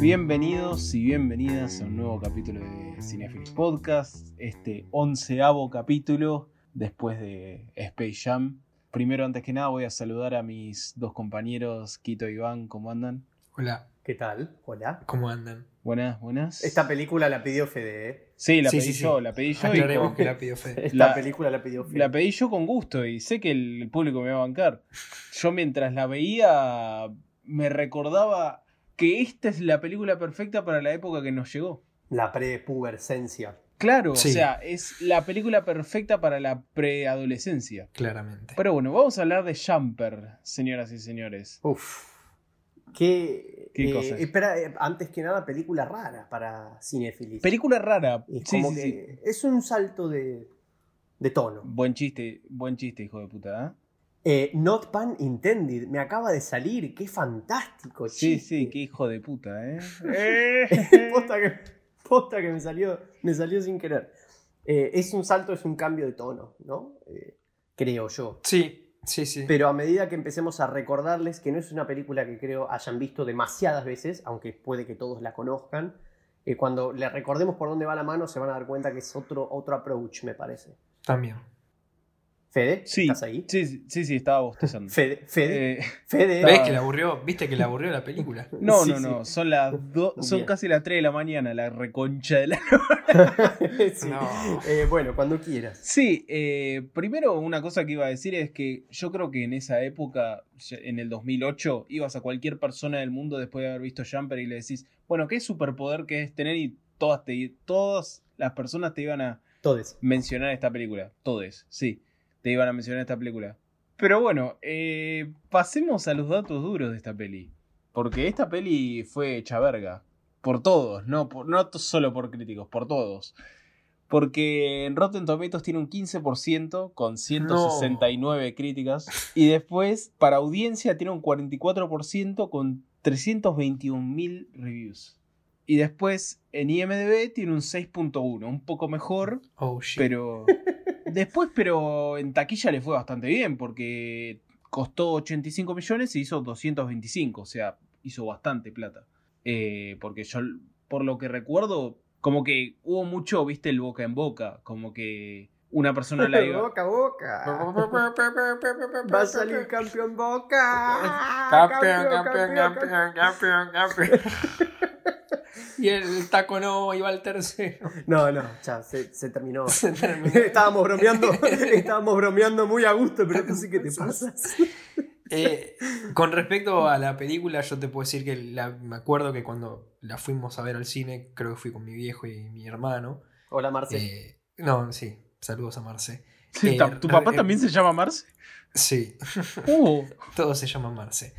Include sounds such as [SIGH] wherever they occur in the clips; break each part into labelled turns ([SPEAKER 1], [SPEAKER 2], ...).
[SPEAKER 1] Bienvenidos y bienvenidas a un nuevo capítulo de Cinefilis Podcast, este onceavo capítulo después de Space Jam. Primero, antes que nada, voy a saludar a mis dos compañeros, Quito y Iván, ¿cómo andan?
[SPEAKER 2] Hola,
[SPEAKER 3] ¿Qué tal? Hola.
[SPEAKER 2] ¿cómo andan?
[SPEAKER 1] Buenas, buenas.
[SPEAKER 3] Esta película la pidió Fede. ¿eh?
[SPEAKER 1] Sí, la
[SPEAKER 2] Sí,
[SPEAKER 1] pedí
[SPEAKER 2] sí,
[SPEAKER 1] yo,
[SPEAKER 2] sí.
[SPEAKER 1] la pedí yo. y
[SPEAKER 2] Aclaremos
[SPEAKER 1] con-
[SPEAKER 2] que la pidió Fede.
[SPEAKER 3] Esta
[SPEAKER 1] La-
[SPEAKER 3] película la pidió Fede.
[SPEAKER 1] La pedí yo con gusto y sé que el público me va a bancar. Yo mientras la veía me recordaba que esta es la película perfecta para la época que nos llegó.
[SPEAKER 3] La prepubercencia.
[SPEAKER 1] Claro,
[SPEAKER 2] Sí.
[SPEAKER 1] o sea, es la película perfecta para la preadolescencia.
[SPEAKER 2] Claramente.
[SPEAKER 1] Pero bueno, vamos a hablar de Jumper, señoras y señores.
[SPEAKER 3] Uf. Qué,
[SPEAKER 1] Qué
[SPEAKER 3] eh,
[SPEAKER 1] cosa.
[SPEAKER 3] Espera, eh, antes que nada, película rara para cinefilis.
[SPEAKER 1] Película rara.
[SPEAKER 3] es
[SPEAKER 1] Sí,
[SPEAKER 3] como
[SPEAKER 1] sí, sí.
[SPEAKER 3] que es un salto de, de tono.
[SPEAKER 1] Buen chiste, buen chiste, hijo de puta. ¿eh?
[SPEAKER 3] Eh, Not Pan Intended, me acaba de salir, qué fantástico.
[SPEAKER 1] Sí,
[SPEAKER 3] chiste.
[SPEAKER 1] sí, qué hijo de puta,
[SPEAKER 3] [LAUGHS]
[SPEAKER 1] ¿eh?
[SPEAKER 3] posta, que, posta que me salió, me salió sin querer. Eh, es un salto, es un cambio de tono, ¿no? Eh, creo yo.
[SPEAKER 2] Sí, sí, sí.
[SPEAKER 3] Pero a medida que empecemos a recordarles que no es una película que creo hayan visto demasiadas veces, aunque puede que todos la conozcan, eh, cuando le recordemos por dónde va la mano se van a dar cuenta que es otro, otro approach, me parece.
[SPEAKER 2] También.
[SPEAKER 3] Fede,
[SPEAKER 1] Sí.
[SPEAKER 3] ¿estás ahí?
[SPEAKER 1] Sí, sí, sí, sí, estaba
[SPEAKER 3] [LAUGHS]
[SPEAKER 1] bostezando.
[SPEAKER 3] Fede, Fede,
[SPEAKER 1] Eh,
[SPEAKER 3] Fede.
[SPEAKER 2] ¿Ves que la aburrió? ¿Viste que la aburrió la película?
[SPEAKER 1] No,
[SPEAKER 3] Sí,
[SPEAKER 1] no,
[SPEAKER 3] sí.
[SPEAKER 1] no. Son las do-
[SPEAKER 3] Bien.
[SPEAKER 1] son casi las 3 de la mañana, la reconcha de la.
[SPEAKER 3] [LAUGHS] Sí.
[SPEAKER 2] No.
[SPEAKER 3] Eh, bueno, cuando quieras.
[SPEAKER 1] Sí, eh, primero una cosa que iba a decir es que yo creo que en esa época, ya- en el 2008, ibas a cualquier persona del mundo después de haber visto Jumper y le decís, bueno, ¿qué superpoder que es tener? Y todas, te, todas las personas te iban a
[SPEAKER 3] Todes.
[SPEAKER 1] mencionar esta película. Todes, sí, te iban a mencionar esta película. Pero bueno, eh, pasemos a los datos duros de esta peli. Porque esta peli fue hecha verga. Por todos, no, por- no to- solo por críticos, por todos. Porque en Rotten Tomatoes tiene un 15% con 169 críticas. Y después, para audiencia, tiene un 44% con 321.000 reviews. Y después, en IMDB, tiene un 6.1, un poco mejor.
[SPEAKER 2] Oh, shit. [LAUGHS]
[SPEAKER 1] Pero después, pero en taquilla le fue bastante bien porque costó 85 millones y hizo 225, o sea, hizo bastante plata. Eh, porque yo, por lo que recuerdo, como que hubo mucho, viste, el boca en boca, como que una persona la
[SPEAKER 2] [LAUGHS]
[SPEAKER 1] iba...
[SPEAKER 3] boca a boca. Va a salir campeón boca.
[SPEAKER 2] [LAUGHS] Campeón, campeón, campeón, campeón, campeón. [LAUGHS] Y el taco no iba al tercero.
[SPEAKER 3] No, no, ya, se, se terminó.
[SPEAKER 2] Se terminó.
[SPEAKER 3] estábamos [LAUGHS] bromeando, estábamos bromeando muy a gusto, pero tú sí que te pasas.
[SPEAKER 2] Eh, con respecto a la película, yo te puedo decir que la- me acuerdo que cuando la fuimos a ver al cine, creo que fui con mi viejo y mi hermano.
[SPEAKER 3] Hola, Marce.
[SPEAKER 2] eh, no, sí, saludos a Marce.
[SPEAKER 1] Sí,
[SPEAKER 2] Eh,
[SPEAKER 1] ta- ¿Tu papá
[SPEAKER 2] eh,
[SPEAKER 1] también se llama
[SPEAKER 2] [LAUGHS]
[SPEAKER 1] Marce?
[SPEAKER 2] Sí,
[SPEAKER 1] Uh,
[SPEAKER 2] todos se llaman Marce.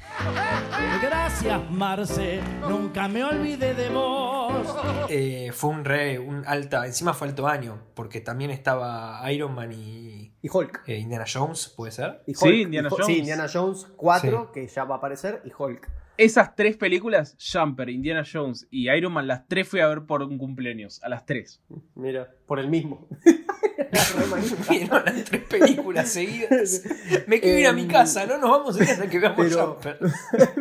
[SPEAKER 4] Gracias, Marce, nunca me olvidé de vos.
[SPEAKER 2] Eh, fue un re, un alta, encima fue alto año, porque también estaba Iron Man y
[SPEAKER 3] y Hulk.
[SPEAKER 2] eh, Indiana Jones, ¿puede ser? [LAUGHS]
[SPEAKER 3] Y Hulk.
[SPEAKER 1] Sí, Indiana
[SPEAKER 3] Y Hulk-
[SPEAKER 1] Jones.
[SPEAKER 3] Sí, Indiana Jones 4, que ya va a aparecer, y Hulk.
[SPEAKER 1] esas tres películas, Jumper, Indiana Jones y Iron Man, las tres fui a ver por un cumpleaños, a las tres.
[SPEAKER 3] Mira, por el mismo. [LAUGHS]
[SPEAKER 2] Vieron las tres películas
[SPEAKER 3] [LAUGHS]
[SPEAKER 2] seguidas. Me quiero ir a mi casa, no nos vamos a ir hasta que veamos
[SPEAKER 3] Em, Pero-
[SPEAKER 2] Jumper.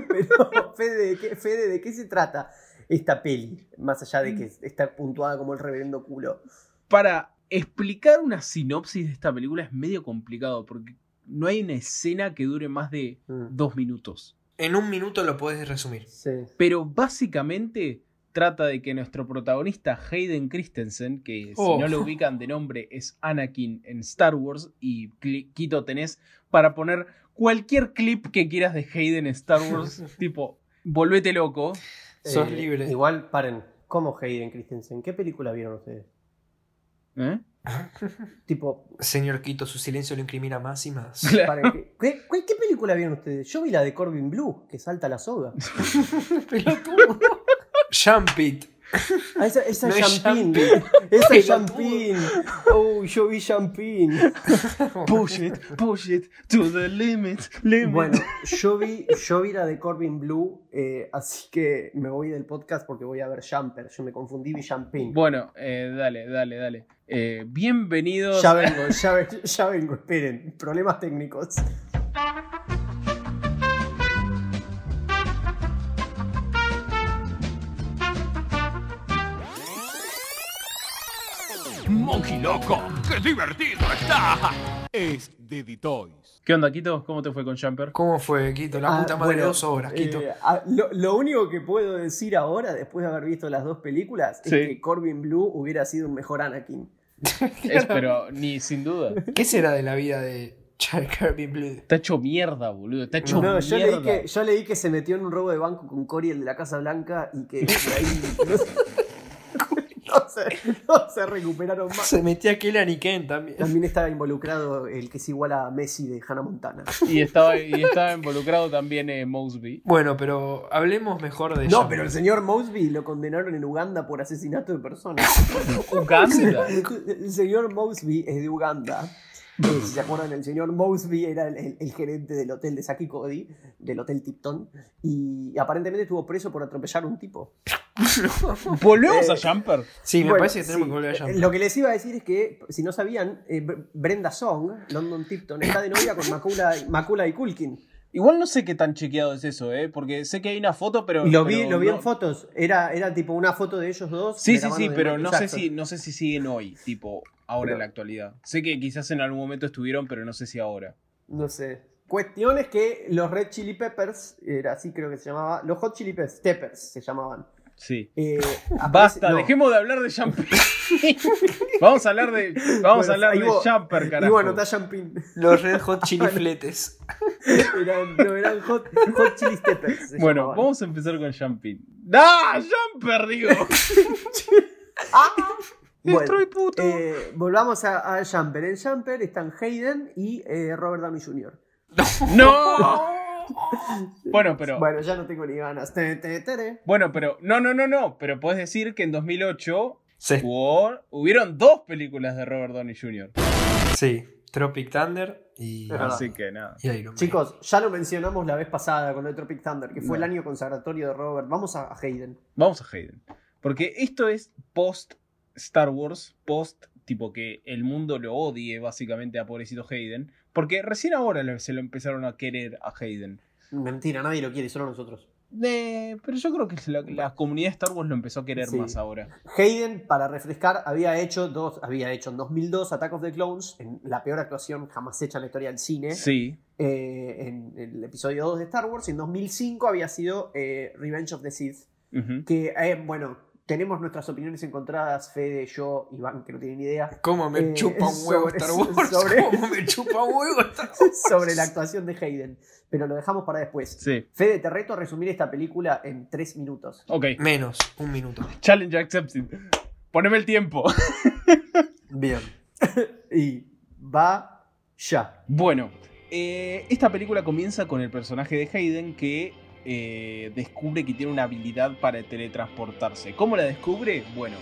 [SPEAKER 3] Pero, Fede ¿de, qué, Fede, ¿de qué se trata esta peli? Más allá de que está puntuada como el reverendo culo.
[SPEAKER 1] para explicar una sinopsis de esta película es medio complicado porque no hay una escena que dure más de
[SPEAKER 3] Mm.
[SPEAKER 1] dos minutos.
[SPEAKER 2] En un minuto lo podés resumir.
[SPEAKER 3] Sí.
[SPEAKER 1] Pero básicamente trata de que nuestro protagonista Hayden Christensen, que
[SPEAKER 2] Oh.
[SPEAKER 1] si no lo ubican de nombre es Anakin en Star Wars y cli- Quito tenés para poner cualquier clip que quieras de Hayden en Star [LAUGHS] Wars, tipo, volvete loco.
[SPEAKER 2] Sos
[SPEAKER 3] Eh,
[SPEAKER 2] libre.
[SPEAKER 3] Igual, paren. ¿Cómo Hayden Christensen? ¿Qué película vieron ustedes?
[SPEAKER 1] ¿Eh?
[SPEAKER 3] Tipo, [LAUGHS]
[SPEAKER 2] Señor Quito, su silencio lo incrimina más y más.
[SPEAKER 3] paren, ¿qué, qué, qué película vieron ustedes? Yo
[SPEAKER 2] [LAUGHS]
[SPEAKER 3] vi la de Corbin Blue, que salta la soga.
[SPEAKER 2] Pelotudo. Jump it.
[SPEAKER 3] Ah, esa esa
[SPEAKER 2] No
[SPEAKER 3] es
[SPEAKER 2] es
[SPEAKER 3] champín. [LAUGHS] Esa es
[SPEAKER 2] Pelotudo.
[SPEAKER 3] champín. Oh, yo
[SPEAKER 2] [LAUGHS]
[SPEAKER 3] vi champín.
[SPEAKER 1] Push it, push it to the limit, limit.
[SPEAKER 3] Bueno, yo vi, yo vi la de Corbin Blue, eh, así que me voy del podcast porque voy a ver Jumper. Yo me confundí, vi champín.
[SPEAKER 1] Bueno, eh, dale, dale, dale. Eh, bienvenidos.
[SPEAKER 3] Ya vengo, ya, ve- ya vengo, esperen. Problemas técnicos.
[SPEAKER 5] Monji loco, qué divertido está. Es de Ditoys.
[SPEAKER 1] ¿Qué onda, Quito? ¿Cómo te fue con
[SPEAKER 3] [LAUGHS]
[SPEAKER 1] Jumper?
[SPEAKER 2] ¿Cómo fue, Quito? La
[SPEAKER 3] Ah,
[SPEAKER 2] puta madre,
[SPEAKER 3] bueno,
[SPEAKER 2] dos horas, Quito.
[SPEAKER 3] eh, ah, lo, lo único que puedo decir ahora, después de haber visto las dos películas,
[SPEAKER 1] Sí.
[SPEAKER 3] es que Corbin Blue hubiera sido un mejor Anakin.
[SPEAKER 1] Es, pero ni sin duda.
[SPEAKER 2] ¿Qué será de la vida de Charles Kirby Blue?
[SPEAKER 1] Está hecho mierda, boludo. Está hecho
[SPEAKER 3] No,
[SPEAKER 1] mierda.
[SPEAKER 3] yo leí, que, yo leí que se metió en un robo de banco con Cory, el de la Casa Blanca, y que de ahí [LAUGHS] no se, no se- no se recuperaron más.
[SPEAKER 2] [LAUGHS] Se metía Kelly Ken también.
[SPEAKER 3] También estaba involucrado el que es igual a Messi de Hannah Montana.
[SPEAKER 1] Y estaba, y estaba involucrado también eh, Mosby.
[SPEAKER 2] Bueno, pero hablemos mejor de
[SPEAKER 3] No,
[SPEAKER 2] Jumper.
[SPEAKER 3] pero el señor Mosby lo condenaron en Uganda por asesinato de personas.
[SPEAKER 1] Uganda.
[SPEAKER 3] El señor Mosby es de Uganda. Eh, si se acuerdan, el señor Mosby era el, el- el gerente del hotel de Saki Cody, del hotel Tipton, y aparentemente estuvo preso por atropellar a un tipo.
[SPEAKER 1] Volvemos
[SPEAKER 3] Eh,
[SPEAKER 1] a Jumper.
[SPEAKER 2] Sí, me
[SPEAKER 3] Bueno,
[SPEAKER 2] parece que tenemos
[SPEAKER 3] sí,
[SPEAKER 2] que volver a
[SPEAKER 3] eh,
[SPEAKER 2] Jumper.
[SPEAKER 3] Lo que les iba a decir es que, si no sabían, eh, Bre- Brenda Song, London Tipton, está de novia con Macula, Macula y Culkin.
[SPEAKER 1] Igual no sé qué tan chequeado es eso, ¿eh? Porque sé que hay una foto, pero.
[SPEAKER 3] Lo vi,
[SPEAKER 1] pero
[SPEAKER 3] lo vi
[SPEAKER 1] no-
[SPEAKER 3] en fotos. Era, era tipo una foto de ellos dos.
[SPEAKER 1] Sí,
[SPEAKER 3] de la
[SPEAKER 1] sí,
[SPEAKER 3] mano
[SPEAKER 1] sí,
[SPEAKER 3] de
[SPEAKER 1] pero
[SPEAKER 3] Michael
[SPEAKER 1] no sé,
[SPEAKER 3] Jackson.
[SPEAKER 1] si, no sé si siguen hoy, tipo, ahora
[SPEAKER 3] Pero-
[SPEAKER 1] en la actualidad. Sé que quizás en algún momento estuvieron, pero no sé si ahora.
[SPEAKER 3] No sé. Cuestiones que los Red Chili Peppers, era así creo que se llamaba, los Hot Chili Peppers, Teppers se llamaban.
[SPEAKER 1] Sí.
[SPEAKER 3] Eh, aparece-
[SPEAKER 1] Basta,
[SPEAKER 3] no.
[SPEAKER 1] dejemos de hablar de Jumper. [LAUGHS] vamos a hablar de. Vamos
[SPEAKER 3] Bueno,
[SPEAKER 1] a hablar
[SPEAKER 3] ahí
[SPEAKER 1] de
[SPEAKER 3] vos-
[SPEAKER 1] Jumper,
[SPEAKER 3] Y
[SPEAKER 1] carajo.
[SPEAKER 3] bueno, está Champín.
[SPEAKER 2] Los Red Hot Chili Fletes.
[SPEAKER 3] [LAUGHS] Eran, no, eran Hot, hot Chili Peppers. se
[SPEAKER 1] Bueno,
[SPEAKER 3] llamaban.
[SPEAKER 1] vamos a empezar con Jumpin. ¡Ah! ¡Jumper, digo!
[SPEAKER 3] [LAUGHS] Bueno,
[SPEAKER 1] Estoy puto.
[SPEAKER 3] eh, volvamos a, a Jumper. En Jumper están Hayden y eh, Robert Downey Jr. [LAUGHS]
[SPEAKER 1] ¡No! Bueno, pero.
[SPEAKER 3] Bueno, ya no tengo ni ganas. Te, te, tere.
[SPEAKER 1] Bueno, pero. No, no, no, no. Pero puedes decir que en 2008
[SPEAKER 2] Sí,
[SPEAKER 1] hubo- hubieron dos películas de Robert Downey Jr.
[SPEAKER 2] sí. Tropic Thunder y,
[SPEAKER 3] Pero-
[SPEAKER 1] Así que nada.
[SPEAKER 2] y Iron Man.
[SPEAKER 3] Chicos, ya lo mencionamos la vez pasada con el Tropic Thunder, que fue
[SPEAKER 1] No.
[SPEAKER 3] el año consagratorio de Robert. Vamos a, a Hayden.
[SPEAKER 1] Vamos a Hayden. Porque esto es post Star Wars, post tipo que el mundo lo odie básicamente a pobrecito Hayden. Porque recién ahora lo- se lo empezaron a querer a Hayden.
[SPEAKER 3] Mentira, nadie lo quiere, solo nosotros.
[SPEAKER 1] Eh, pero yo creo que la, la comunidad de Star Wars lo empezó a querer
[SPEAKER 3] Sí.
[SPEAKER 1] más ahora.
[SPEAKER 3] Hayden, para refrescar, había hecho, dos, había hecho en 2002 Attack of the Clones, en la peor actuación jamás hecha en la historia del cine,
[SPEAKER 1] Sí.
[SPEAKER 3] eh, en, el episodio 2 de Star Wars, y en 2005 había sido eh, Revenge of the Sith,
[SPEAKER 1] Ujú.
[SPEAKER 3] que, eh, bueno, tenemos nuestras opiniones encontradas, Fede, yo, Iván, que no
[SPEAKER 2] [LAUGHS]
[SPEAKER 3] tienen idea,
[SPEAKER 2] ¿Cómo me
[SPEAKER 3] Eh,
[SPEAKER 2] chupa un huevo
[SPEAKER 3] sobre-
[SPEAKER 2] Star Wars? [LAUGHS]
[SPEAKER 3] sobre-
[SPEAKER 2] ¿Cómo me chupa un huevo Star Wars?
[SPEAKER 3] sobre la actuación de Hayden, pero lo dejamos para después.
[SPEAKER 1] Sí.
[SPEAKER 3] Fede, te reto a resumir esta película en tres minutos.
[SPEAKER 1] Ok.
[SPEAKER 2] Menos, un minuto.
[SPEAKER 1] Challenge accepted. Poneme el tiempo.
[SPEAKER 3] Bien. [LAUGHS] y va ya.
[SPEAKER 1] Bueno, eh, esta película comienza con el personaje de Hayden que eh, descubre que tiene una habilidad para teletransportarse. ¿Cómo la descubre? Bueno,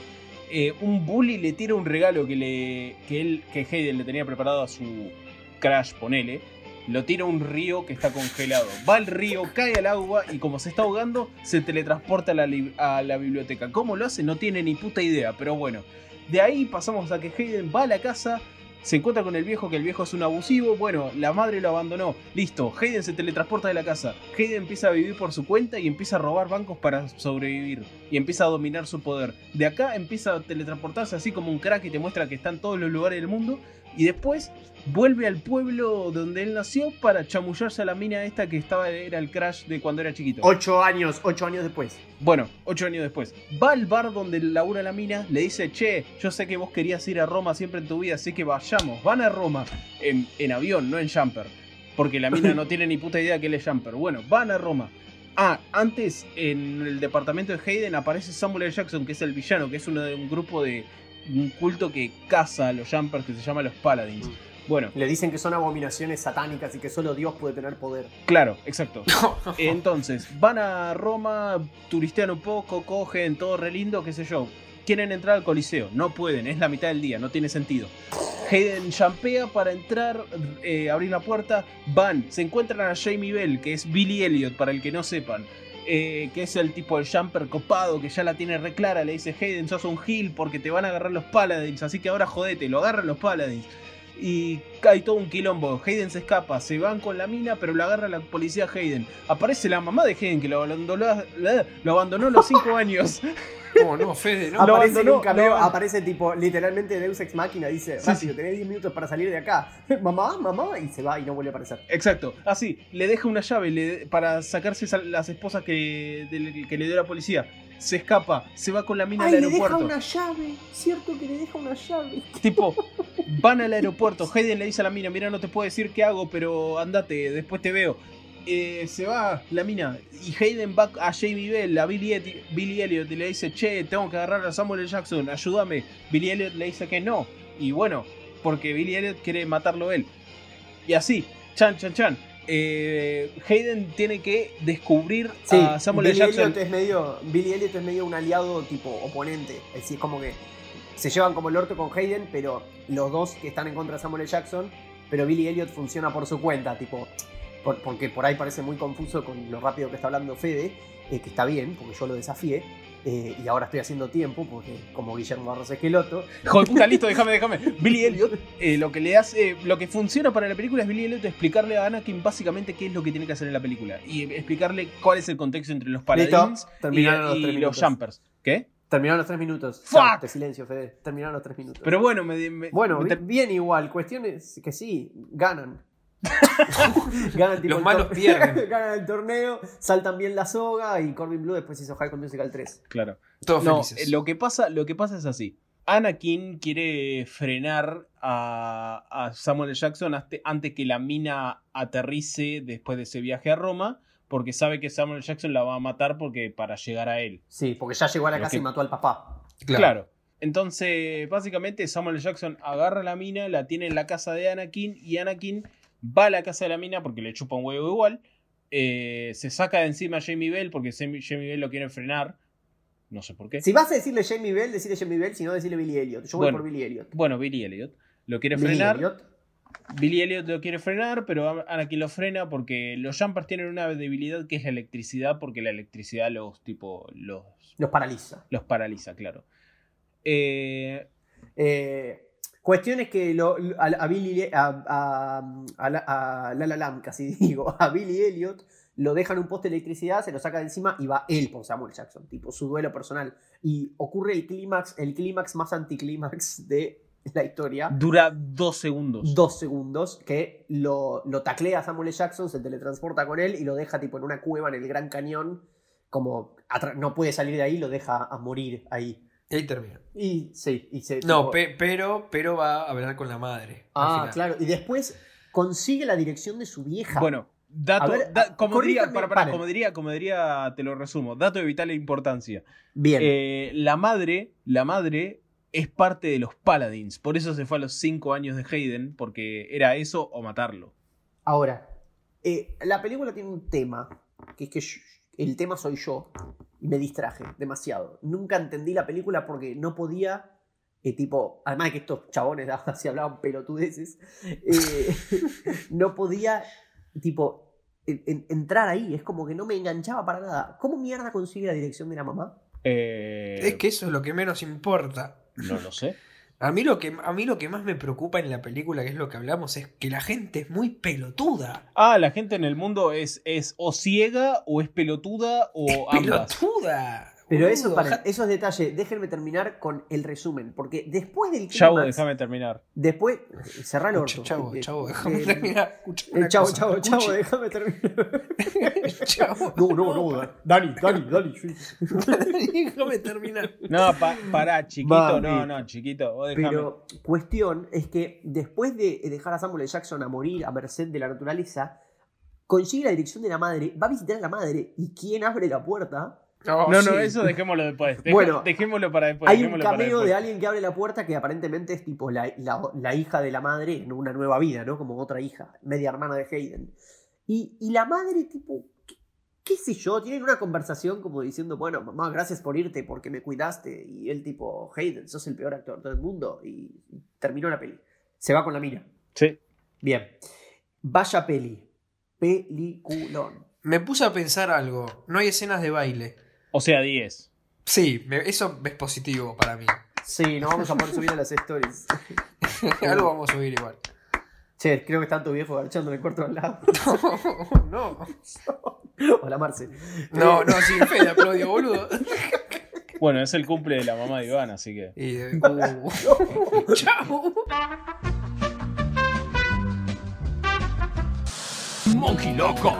[SPEAKER 1] eh, un bully le tira un regalo que, le, que, él, que Hayden le tenía preparado a su crash, ponele. Lo tira a un río que está congelado. Va al río, cae al agua y como se está ahogando, se teletransporta a la, li- a la biblioteca. ¿Cómo lo hace? No tiene ni puta idea, pero bueno. De ahí pasamos a que Hayden va a la casa, se encuentra con el viejo, que el viejo es un abusivo. Bueno, la madre lo abandonó. Listo, Hayden se teletransporta de la casa. Hayden empieza a vivir por su cuenta y empieza a robar bancos para sobrevivir. Y empieza a dominar su poder. De acá empieza a teletransportarse así como un crack que te muestra que está en todos los lugares del mundo. Y después vuelve al pueblo donde él nació para chamullarse a la mina esta que estaba era el crash de cuando era chiquito.
[SPEAKER 3] Ocho años, ocho años después.
[SPEAKER 1] Bueno, ocho años después. Va al bar donde labura la mina, le dice, che, yo sé que vos querías ir a Roma siempre en tu vida, así que vayamos, van a Roma. En, en avión, no en jumper. Porque la mina no tiene ni puta idea que él es jumper. Bueno, van a Roma. Ah, antes en el departamento de Hayden aparece Samuel L. Jackson, que es el villano, que es uno de un grupo de un culto que caza a los jumpers que se llama los paladins. Bueno,
[SPEAKER 3] Le dicen que son abominaciones satánicas y que solo Dios puede tener poder.
[SPEAKER 1] claro, exacto. Entonces, van a Roma, turistean un poco, cogen, todo re lindo, qué sé yo. Quieren entrar al Coliseo, no pueden, es la mitad del día, no tiene sentido. Hayden champea para entrar, eh, abrir la puerta, van, se encuentran a Jamie Bell, que es Billy Elliot, para el que no sepan, eh, que es el tipo del jumper copado, que ya la tiene re clara, le dice Hayden, sos un heel porque te van a agarrar los paladins, así que ahora jodete, lo agarran los paladins. Y cae todo un quilombo. Hayden se escapa, se van con la mina, pero lo agarra la policía a Hayden. Aparece la mamá de Hayden que lo abandonó, lo abandonó a los 5 años.
[SPEAKER 2] Oh, no, Fede,
[SPEAKER 3] [LAUGHS]
[SPEAKER 2] no.
[SPEAKER 1] Lo
[SPEAKER 3] aparece, en un
[SPEAKER 1] abandonó,
[SPEAKER 3] cameo,
[SPEAKER 1] lo abandonó.
[SPEAKER 3] aparece tipo, literalmente Deus Ex Máquina dice,
[SPEAKER 1] Sí,
[SPEAKER 3] rápido,
[SPEAKER 1] sí.
[SPEAKER 3] tenés 10 minutos para salir de acá. [LAUGHS] mamá, mamá, y se va y no vuelve a aparecer.
[SPEAKER 1] Exacto, así, le deja una llave le- para sacarse esa- las esposas que, del- que le dio la policía. Se escapa, se va con la mina al aeropuerto.
[SPEAKER 3] llave, cierto que le deja una llave.
[SPEAKER 1] Tipo, van al aeropuerto. Hayden le dice a la mina: Mira, no te puedo decir qué hago, pero andate, después te veo. Eh, se va la mina y Hayden va a Jamie Bell, a Billy, Eti- Billy Elliot y le dice: Che, tengo que agarrar a Samuel L. Jackson, ayúdame. Billy Elliot le dice que no. Y bueno, porque Billy Elliot quiere matarlo él. Y así, chan, chan, chan. Eh, Hayden tiene que descubrir
[SPEAKER 3] Sí,
[SPEAKER 1] a Ah, Samuel L.
[SPEAKER 3] Billy
[SPEAKER 1] Jackson.
[SPEAKER 3] Elliot es medio, Billy Elliot es medio un aliado tipo oponente. Es decir, como que se llevan como el orto con Hayden, pero los dos que están en contra de Samuel L. Jackson, pero Billy Elliot funciona por su cuenta, tipo, por- porque por ahí parece muy confuso con lo rápido que está hablando Fede, eh, que está bien, porque yo lo desafié. eh, y ahora estoy haciendo tiempo porque como Guillermo Barros Esqueloto,
[SPEAKER 1] Hijo de
[SPEAKER 3] [LAUGHS]
[SPEAKER 1] puta, listo, déjame, déjame. Billy Elliot, eh, lo que le hace, eh, lo que funciona para la película es Billy Elliot explicarle a Anakin básicamente qué es lo que tiene que hacer en la película y explicarle cuál es el contexto entre los paladins
[SPEAKER 3] Listo,
[SPEAKER 1] y,
[SPEAKER 3] terminaron los
[SPEAKER 1] y
[SPEAKER 3] tres
[SPEAKER 1] los
[SPEAKER 3] minutos.
[SPEAKER 1] jumpers. ¿Qué?
[SPEAKER 3] Terminaron los tres minutos.
[SPEAKER 1] Fuck.
[SPEAKER 3] Chao, Te silencio, Fede. Terminaron los tres minutos.
[SPEAKER 1] Pero bueno, me, me-
[SPEAKER 3] bueno,
[SPEAKER 1] me
[SPEAKER 3] bi-
[SPEAKER 1] ter-
[SPEAKER 3] bien igual. Cuestiones que sí, [LAUGHS] ganan. ganan tipo
[SPEAKER 2] Los
[SPEAKER 3] el
[SPEAKER 2] malos
[SPEAKER 3] tor-
[SPEAKER 2] pierden.
[SPEAKER 3] [LAUGHS] ganan el torneo, saltan bien la soga y Corbin Blue después hizo High School Musical 3.
[SPEAKER 1] claro.
[SPEAKER 2] Todos
[SPEAKER 1] No,
[SPEAKER 2] felices.
[SPEAKER 1] eh, lo que, pasa, lo que pasa es así. Anakin quiere frenar a, a Samuel L. Jackson ante- antes que la mina aterrice después de ese viaje a Roma, porque sabe que Samuel L. Jackson la va a matar porque para llegar a él.
[SPEAKER 3] Sí, porque ya llegó a la
[SPEAKER 1] Lo
[SPEAKER 3] casa
[SPEAKER 1] que-
[SPEAKER 3] y mató al papá.
[SPEAKER 1] Claro. Entonces, básicamente, Samuel L. Jackson agarra a la mina, la tiene en la casa de Anakin y Anakin va a la casa de la mina porque le chupa un huevo igual. eh, se saca de encima a Jamie Bell porque Jamie Jamie Bell lo quiere frenar. No sé por qué.
[SPEAKER 3] Si vas a decirle Jamie Bell, decirle Jamie Bell, si no, decirle Billy Elliot. Yo
[SPEAKER 1] Bueno.
[SPEAKER 3] voy por Billy Elliot.
[SPEAKER 1] Bueno, Billy Elliot lo quiere
[SPEAKER 3] Billy
[SPEAKER 1] frenar.
[SPEAKER 3] Elliot.
[SPEAKER 1] Billy Elliot lo quiere frenar, pero Anakin lo frena porque los jumpers tienen una debilidad que es la electricidad, porque la electricidad los tipo los,
[SPEAKER 3] Los paraliza.
[SPEAKER 1] los paraliza, claro. Eh,
[SPEAKER 3] Eh, cuestiones que lo- lo- a, a Billy, a, a- a la, a La La Land, casi [LAUGHS] digo, a Billy Elliot lo dejan un poste de electricidad, se lo saca de encima y va él por Samuel Jackson, tipo su duelo personal. Y ocurre el clímax, el clímax más anticlímax de la historia.
[SPEAKER 1] dura dos segundos.
[SPEAKER 3] Dos segundos que lo, lo taclea a Samuel L. Jackson, se teletransporta con él y lo deja tipo en una cueva en el Gran Cañón, como atra- no puede salir de ahí, lo deja a morir ahí.
[SPEAKER 2] Y ahí termina.
[SPEAKER 3] Y sí, y se...
[SPEAKER 2] No,
[SPEAKER 3] tipo-
[SPEAKER 2] pe- pero, pero va a hablar con la madre. al
[SPEAKER 3] Ah,
[SPEAKER 2] final.
[SPEAKER 3] claro. Y después consigue la dirección de su vieja.
[SPEAKER 1] Bueno, dato,
[SPEAKER 3] A ver,
[SPEAKER 1] da- como,
[SPEAKER 3] corríjame,
[SPEAKER 1] diría, para, para,
[SPEAKER 3] paren.
[SPEAKER 1] como diría, como diría, te lo resumo, dato de vital importancia.
[SPEAKER 3] Bien.
[SPEAKER 1] Eh, la madre, la madre es parte de los Paladins, por eso se fue a los cinco años de Hayden, porque era eso o matarlo.
[SPEAKER 3] Ahora, eh, la película tiene un tema, que es que yo- el tema soy yo, y me distraje demasiado. Nunca entendí la película porque no podía, eh, tipo, además de que estos chabones [LAUGHS] se hablaban pelotudeces, eh, [LAUGHS] no podía, tipo, en- en- entrar ahí. Es como que no me enganchaba para nada. ¿Cómo mierda consigue la dirección de la mamá?
[SPEAKER 1] Eh,
[SPEAKER 2] Es que eso es lo que menos importa.
[SPEAKER 1] No lo sé.
[SPEAKER 2] A mí, lo que, a mí lo que más me preocupa en la película, que es lo que hablamos, es que la gente es muy pelotuda.
[SPEAKER 1] Ah, la gente en el mundo es, es o ciega o es pelotuda o ambas.
[SPEAKER 2] ¡Pelotuda!
[SPEAKER 3] Pero eso,
[SPEAKER 2] boludo,
[SPEAKER 3] para,
[SPEAKER 2] ja-
[SPEAKER 3] eso es detalle. Déjenme terminar con el resumen. Porque después del
[SPEAKER 1] Chavo,
[SPEAKER 3] clímax,
[SPEAKER 1] déjame terminar.
[SPEAKER 3] Después. Cerrá el orto.
[SPEAKER 2] Escucha, Chavo,
[SPEAKER 3] Eh,
[SPEAKER 2] chavo,
[SPEAKER 3] eh,
[SPEAKER 2] déjame terminar. Escucha
[SPEAKER 3] eh,
[SPEAKER 2] una
[SPEAKER 3] chavo,
[SPEAKER 2] cosa,
[SPEAKER 3] chavo, eh.
[SPEAKER 2] escucha.
[SPEAKER 3] chavo, déjame terminar.
[SPEAKER 2] [LAUGHS] Chavo,
[SPEAKER 3] No, no, no. [LAUGHS] Dani, Dani, Dani.
[SPEAKER 2] déjame terminar.
[SPEAKER 1] No, pa- pará, chiquito,
[SPEAKER 3] Va,
[SPEAKER 1] no,
[SPEAKER 3] eh,
[SPEAKER 1] no, chiquito, vos déjame.
[SPEAKER 3] Pero cuestión es que después de dejar a Samuel L. Jackson a morir a merced de la naturaleza, consigue la dirección de la madre, va a visitar a la madre y quien abre la puerta
[SPEAKER 2] Oh,
[SPEAKER 1] No,
[SPEAKER 2] sí.
[SPEAKER 1] no, eso dejémoslo después. Dejé-
[SPEAKER 3] Bueno,
[SPEAKER 1] dejémoslo para después.
[SPEAKER 3] Hay un
[SPEAKER 1] dejémoslo para
[SPEAKER 3] cameo de
[SPEAKER 1] después.
[SPEAKER 3] alguien que abre la puerta que aparentemente es tipo la, la- la hija de la madre en una nueva vida, ¿no? Como otra hija, media hermana de Hayden. Y, y la madre, tipo, ¿qué, qué sé yo? Tienen una conversación como diciendo, bueno, mamá, gracias por irte porque me cuidaste. Y él, tipo, Hayden, sos el peor actor del mundo. Y terminó la peli. Se va con la mina.
[SPEAKER 1] Sí.
[SPEAKER 3] Bien. Vaya peli. Peliculón.
[SPEAKER 2] Me puse a pensar algo. No hay escenas de baile.
[SPEAKER 1] O sea, 10.
[SPEAKER 2] Sí, me- eso es positivo para mí. [LAUGHS]
[SPEAKER 3] Sí, no vamos a poder subir a las stories.
[SPEAKER 2] algo vamos a subir igual. [LAUGHS]
[SPEAKER 3] Che, creo que está tu viejo agachando en el cuarto al lado. [LAUGHS]
[SPEAKER 2] Oh, no.
[SPEAKER 3] Hola, Marce. Eh.
[SPEAKER 2] No, no, sí, fe de aplaudio,
[SPEAKER 3] [LAUGHS]
[SPEAKER 2] boludo.
[SPEAKER 1] Bueno, es el cumple de la mamá de Iván, así que.
[SPEAKER 2] Y de- [LAUGHS] uh. Chao.
[SPEAKER 5] Monkey Loco.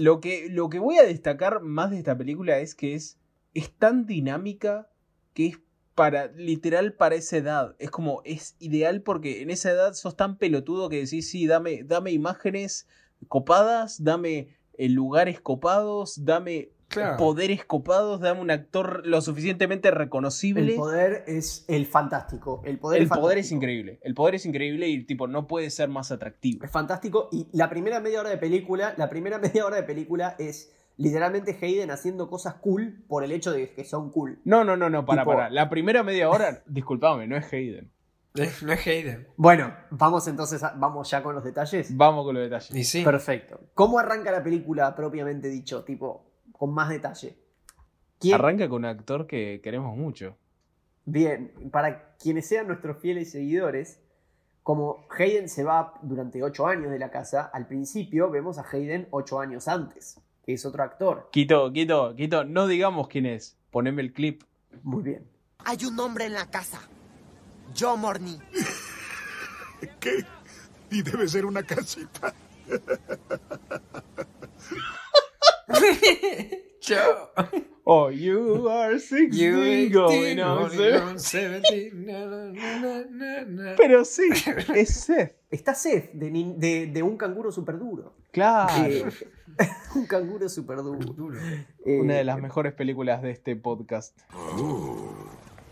[SPEAKER 1] Lo que, lo que voy a destacar más de esta película es que es, es tan dinámica que es para, literal para esa edad. Es como, es ideal porque en esa edad sos tan pelotudo que decís, sí, dame, dame imágenes copadas, dame eh, lugares copados, dame
[SPEAKER 2] Claro.
[SPEAKER 3] Ah.
[SPEAKER 1] poderes copados, dame un actor lo suficientemente
[SPEAKER 3] El
[SPEAKER 1] reconocible.
[SPEAKER 3] poder es el fantástico. El poder,
[SPEAKER 1] El
[SPEAKER 3] es,
[SPEAKER 1] poder es
[SPEAKER 3] fantástico.
[SPEAKER 1] increíble. El poder es increíble y tipo no puede ser más atractivo.
[SPEAKER 3] Es fantástico. Y la primera media hora de película, la primera [LAUGHS] media hora de película es literalmente Hayden haciendo cosas cool por el hecho de que son cool.
[SPEAKER 1] No, no, no, no, para,
[SPEAKER 3] Tipo-
[SPEAKER 1] para. La primera media hora, disculpame, no es Hayden.
[SPEAKER 2] Eh, No es Hayden.
[SPEAKER 3] Bueno, vamos entonces, a- vamos ya con los detalles.
[SPEAKER 1] Vamos con los detalles.
[SPEAKER 2] Y sí.
[SPEAKER 3] Perfecto. ¿Cómo arranca la película propiamente dicho? Tipo, con más detalle. ¿Quién-
[SPEAKER 1] Arranca con un actor que queremos mucho.
[SPEAKER 3] Bien, para quienes sean nuestros fieles seguidores, como Hayden se va durante ocho años de la casa, al principio vemos a Hayden ocho años antes, que es otro actor.
[SPEAKER 1] Quito, quito, quito, no digamos quién es. Poneme el clip.
[SPEAKER 3] Muy bien.
[SPEAKER 6] Hay un hombre en la casa. Joe Morney.
[SPEAKER 5] ¿Qué? Y debe ser una casita.
[SPEAKER 2] Chao.
[SPEAKER 1] Oh, you are 16
[SPEAKER 2] You
[SPEAKER 1] going on, sir.
[SPEAKER 2] on 17. Na, na, na, na.
[SPEAKER 1] Pero sí, es Seth.
[SPEAKER 3] Está Seth de, nin- de- de un canguro súper duro.
[SPEAKER 1] Claro.
[SPEAKER 3] [LAUGHS] un canguro súper duro.
[SPEAKER 2] Duro.
[SPEAKER 3] Eh,
[SPEAKER 1] Una de las mejores películas de este podcast.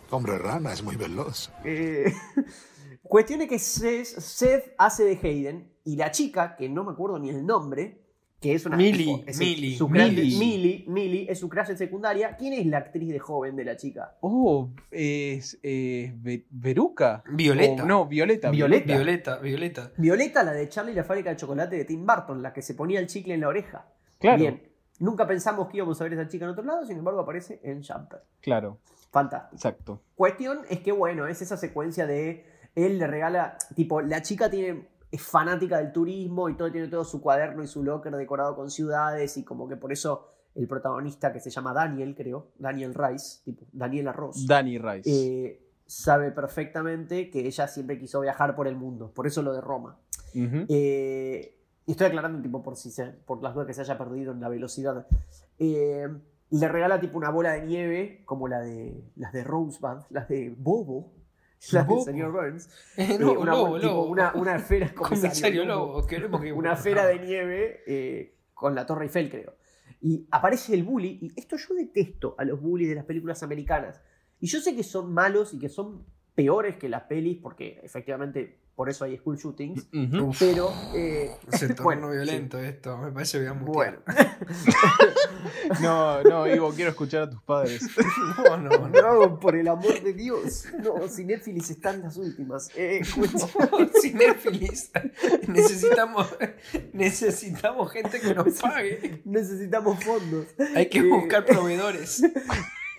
[SPEAKER 5] Hombre rana es muy veloz.
[SPEAKER 3] eh, [LAUGHS] cuestión es que Seth, Seth hace de Hayden y la chica, que no me acuerdo ni el nombre, que es una...
[SPEAKER 2] Millie,
[SPEAKER 3] es
[SPEAKER 2] Millie,
[SPEAKER 3] su crush de-
[SPEAKER 1] Millie.
[SPEAKER 3] Millie, Millie, es su crush en secundaria. ¿Quién es la actriz de joven de la chica?
[SPEAKER 1] Oh, es eh, Ve- Veruca.
[SPEAKER 2] Violeta.
[SPEAKER 1] O- no, Violeta.
[SPEAKER 3] Violeta.
[SPEAKER 2] Oh, Violeta, Violeta.
[SPEAKER 3] Violeta, la de Charlie y la fábrica de chocolate de Tim Burton, la que se ponía el chicle en la oreja.
[SPEAKER 1] Claro,
[SPEAKER 3] Bien. Nunca pensamos que íbamos a ver a esa chica en otro lado, sin embargo aparece en Jumper.
[SPEAKER 1] claro,
[SPEAKER 3] Fantástico.
[SPEAKER 1] exacto.
[SPEAKER 3] Cuestión es que, bueno, es esa secuencia de él le regala, tipo, la chica tiene es fanática del turismo y todo tiene todo su cuaderno y su locker decorado con ciudades y como que por eso el protagonista que se llama Daniel, creo, Daniel Rice, tipo, Daniel Arroz.
[SPEAKER 1] Danny Rice.
[SPEAKER 3] eh, sabe perfectamente que ella siempre quiso viajar por el mundo, por eso lo de Roma.
[SPEAKER 1] Ujú.
[SPEAKER 3] Eh, y estoy aclarando, tipo, por, si se- por las dudas que se haya perdido en la velocidad. Eh, le regala, tipo, una bola de nieve, como la de, las de Rosebud, las de
[SPEAKER 2] [LAUGHS]
[SPEAKER 3] Bobo, las del
[SPEAKER 2] Bobo.
[SPEAKER 3] señor Burns.
[SPEAKER 2] Eh,
[SPEAKER 3] Eh,
[SPEAKER 2] [LAUGHS] no,
[SPEAKER 3] una,
[SPEAKER 2] lobo,
[SPEAKER 3] bol- tipo,
[SPEAKER 2] lobo.
[SPEAKER 3] una- una esfera,
[SPEAKER 2] Comisario
[SPEAKER 3] comisario Lobo.
[SPEAKER 2] Lobo, queremos que.
[SPEAKER 3] Una esfera de nieve eh, con la Torre Eiffel, creo. Y aparece el bully, y esto yo detesto a los bullies de las películas americanas. Y yo sé que son malos y que son peores que las pelis, porque efectivamente por eso hay school shootings.
[SPEAKER 1] Ujú.
[SPEAKER 2] Uf,
[SPEAKER 3] Pero, eh,
[SPEAKER 2] se tornó
[SPEAKER 3] bueno,
[SPEAKER 2] violento esto. Me parece que voy a mutear.
[SPEAKER 3] bueno,
[SPEAKER 1] No, no, Ivo, quiero escuchar a tus padres.
[SPEAKER 2] [LAUGHS]
[SPEAKER 1] [LAUGHS]
[SPEAKER 2] No, no, no.
[SPEAKER 3] no, por el amor de Dios, no, Cinéfilis están las últimas. Eh, escucha,
[SPEAKER 2] Cinéfilis. Necesitamos, necesitamos gente que
[SPEAKER 3] [LAUGHS]
[SPEAKER 2] nos pague.
[SPEAKER 3] [LAUGHS] necesitamos fondos.
[SPEAKER 2] Hay que
[SPEAKER 3] Eh,
[SPEAKER 2] buscar
[SPEAKER 3] [LAUGHS]
[SPEAKER 2] proveedores.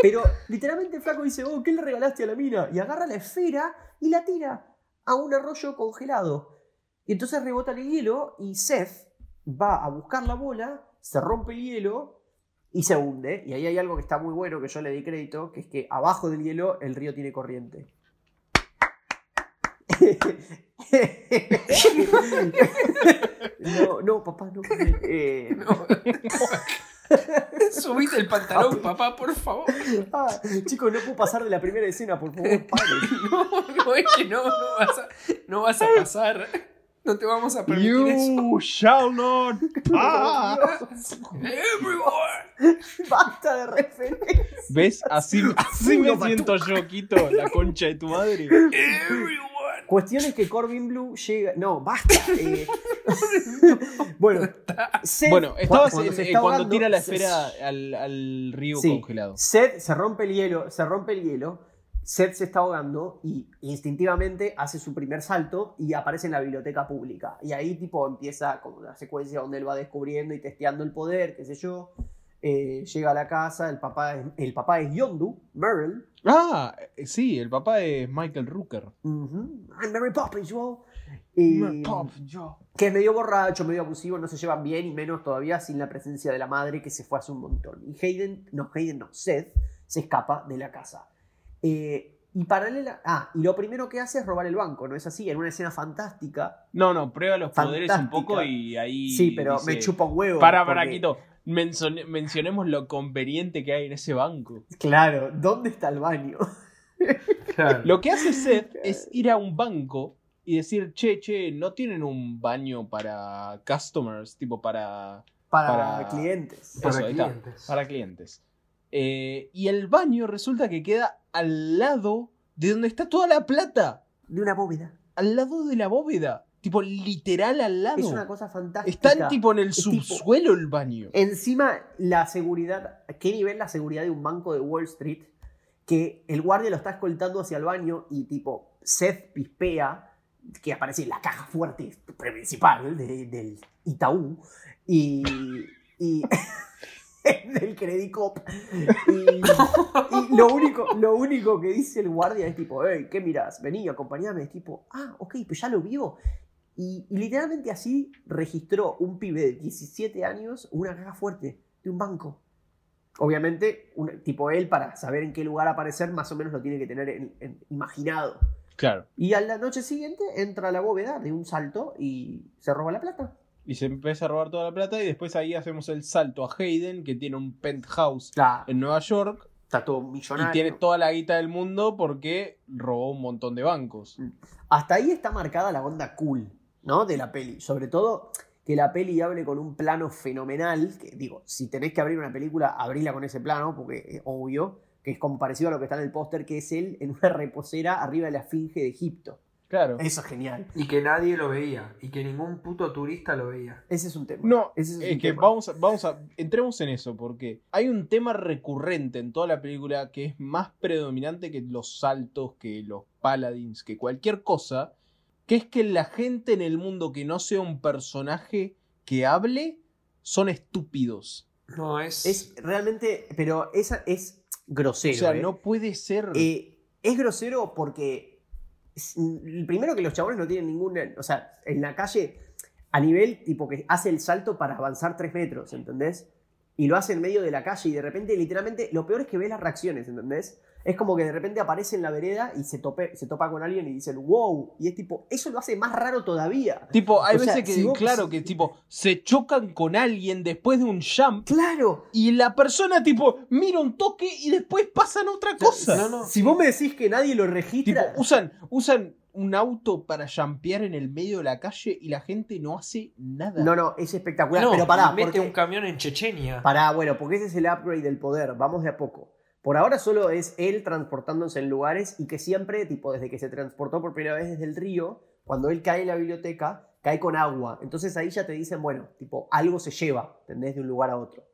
[SPEAKER 3] Pero literalmente el Flaco dice, oh, ¿qué le regalaste a la mina? Y agarra la esfera y la tira a un arroyo congelado. Y entonces rebota el hielo y Seth va a buscar la bola, se rompe el hielo y se hunde. Y ahí hay algo que está muy bueno, que yo le di crédito, que es que abajo del hielo el río tiene corriente. [LAUGHS] no, no, papá, no. Eh,
[SPEAKER 2] No. Subite el pantalón, papá, por favor.
[SPEAKER 3] ah, chicos, no puedo pasar de la primera escena, por favor, paren.
[SPEAKER 2] [LAUGHS] No, no es que no, no vas a, no vas a pasar. No te vamos a permitir eso.
[SPEAKER 1] [LAUGHS] You shall not pass.
[SPEAKER 2] Everywhere.
[SPEAKER 3] Basta de referencias.
[SPEAKER 1] ¿Ves? Así, así me siento yo, Quito, la concha de tu madre.
[SPEAKER 3] Cuestiones que Corbin Blue llega. No, basta. eh. [LAUGHS] bueno, Seth,
[SPEAKER 1] Bueno, estabas eh, cuando,
[SPEAKER 3] se está ahogando,
[SPEAKER 1] tira la
[SPEAKER 3] se-
[SPEAKER 1] esfera al, al río
[SPEAKER 3] Sí.
[SPEAKER 1] congelado.
[SPEAKER 3] Seth se rompe el hielo, se rompe el hielo. Seth se está ahogando y instintivamente hace su primer salto y aparece en la biblioteca pública. Y ahí tipo empieza como una secuencia donde él va descubriendo y testeando el poder, qué sé yo. Eh, llega a la casa, el papá es, el papá es Yondu, Merrill.
[SPEAKER 1] Ah, eh, sí, el papá es Michael Rooker.
[SPEAKER 3] Ujú. I'm Mary Poppins, yo. Y- mm,
[SPEAKER 1] yo.
[SPEAKER 3] que es medio borracho, medio abusivo, no se llevan bien y menos todavía sin la presencia de la madre que se fue hace un montón. Y Hayden, no, Hayden no, Seth se escapa de la casa. Eh, y paralela, ah, y lo primero que hace es robar el banco, ¿no es así? En una escena fantástica.
[SPEAKER 1] No, no, prueba los poderes un
[SPEAKER 3] Fantástica.
[SPEAKER 1] poco y ahí.
[SPEAKER 3] sí, pero me
[SPEAKER 1] dice,
[SPEAKER 3] chupa un huevo.
[SPEAKER 1] Para, para,
[SPEAKER 3] porque-
[SPEAKER 1] Quito. menso- mencionemos lo conveniente que hay en ese banco.
[SPEAKER 3] Claro, ¿dónde está el baño? [LAUGHS]
[SPEAKER 2] Claro.
[SPEAKER 1] Lo que hace Seth es ir a un banco y decir, che, che, no tienen un baño para customers, tipo para,
[SPEAKER 3] Para,
[SPEAKER 1] Para-
[SPEAKER 3] clientes.
[SPEAKER 2] Para
[SPEAKER 1] eso, ahí está,
[SPEAKER 2] clientes.
[SPEAKER 1] para clientes. Eh, y el baño resulta que queda al lado de donde está toda la plata,
[SPEAKER 3] De una bóveda.
[SPEAKER 1] al lado de la bóveda, tipo literal al lado.
[SPEAKER 3] Es una cosa fantástica.
[SPEAKER 1] Están tipo en el
[SPEAKER 3] Es tipo-
[SPEAKER 1] subsuelo el baño.
[SPEAKER 3] Encima, la seguridad, ¿qué nivel la seguridad de un banco de Wall Street? Que el guardia lo está escoltando hacia el baño y tipo, Seth pispea, que aparece en la caja fuerte principal de- del Itaú, y... y [LAUGHS] del Credit Cop. Y, y lo, único, lo único que dice el guardia es tipo, hey, ¿qué mirás? Vení, acompañame. Es tipo, ah, ok, pues ya lo vio. Y, y literalmente así registró un pibe de 17 años una caja fuerte de un banco. Obviamente, un, tipo él, para saber en qué lugar aparecer, más o menos lo tiene que tener en- en- imaginado.
[SPEAKER 1] Claro.
[SPEAKER 3] Y a la noche siguiente entra a la bóveda de un salto y se roba la plata.
[SPEAKER 1] Y se empieza a robar toda la plata y después ahí hacemos el salto a Hayden, que tiene un penthouse
[SPEAKER 3] Está,
[SPEAKER 1] en Nueva York
[SPEAKER 3] está todo millonario.
[SPEAKER 1] y tiene toda la guita del mundo porque robó un montón de bancos.
[SPEAKER 3] Hasta ahí está marcada la onda cool, ¿no? De la peli. Sobre todo que la peli hable con un plano fenomenal. Que digo, si tenés que abrir una película, abrila con ese plano, porque es obvio que es como parecido a lo que está en el póster, que es él en una reposera arriba de la esfinge de Egipto.
[SPEAKER 1] Claro.
[SPEAKER 3] Eso es genial.
[SPEAKER 2] Y que nadie lo veía. Y que ningún puto turista lo veía.
[SPEAKER 3] Ese es un tema.
[SPEAKER 1] No,
[SPEAKER 3] ese
[SPEAKER 1] es,
[SPEAKER 3] un
[SPEAKER 1] que
[SPEAKER 3] tema.
[SPEAKER 1] vamos a, vamos a. Entremos en eso, porque hay un tema recurrente en toda la película que es más predominante que los saltos, que los paladins, que cualquier cosa, que es que la gente en el mundo que no sea un personaje que hable son estúpidos.
[SPEAKER 2] No, es.
[SPEAKER 3] Es realmente. Pero esa es
[SPEAKER 1] O
[SPEAKER 3] grosero.
[SPEAKER 1] sea,
[SPEAKER 3] ¿eh?
[SPEAKER 1] no puede ser.
[SPEAKER 3] Eh, es grosero porque es- mm, primero que los chabones no tienen ninguna, o sea, en la calle a nivel tipo que hace el salto para avanzar tres metros, ¿entendés? Y lo hace en medio de la calle y de repente literalmente lo peor es que ves las reacciones, ¿entendés? Es como que de repente aparece en la vereda y se, tope- se topa con alguien y dicen, wow, y es tipo, eso lo hace más raro todavía.
[SPEAKER 1] tipo, hay
[SPEAKER 3] o sea,
[SPEAKER 1] veces que,
[SPEAKER 3] si vos-
[SPEAKER 1] claro, que tipo, se chocan con alguien después de un jump
[SPEAKER 3] Claro,
[SPEAKER 1] y la persona, tipo, mira un toque y después pasan otra cosa.
[SPEAKER 2] No, no.
[SPEAKER 3] si vos me decís que nadie lo
[SPEAKER 1] Tipo,
[SPEAKER 3] registra,
[SPEAKER 1] usan, usan un auto para jampear en el medio de la calle y la gente no hace nada.
[SPEAKER 3] no, no, es espectacular,
[SPEAKER 2] No,
[SPEAKER 3] pero pará,
[SPEAKER 2] y mete
[SPEAKER 3] porque-
[SPEAKER 2] un camión en Chechenia.
[SPEAKER 3] Pará, bueno, porque ese es el upgrade del poder, vamos de a poco. Por ahora solo es él transportándose en lugares y que siempre, tipo, desde que se transportó por primera vez desde el río, cuando él cae en la biblioteca, cae con agua. Entonces ahí ya te dicen, bueno, tipo, algo se lleva, ¿entendés? De un lugar a otro.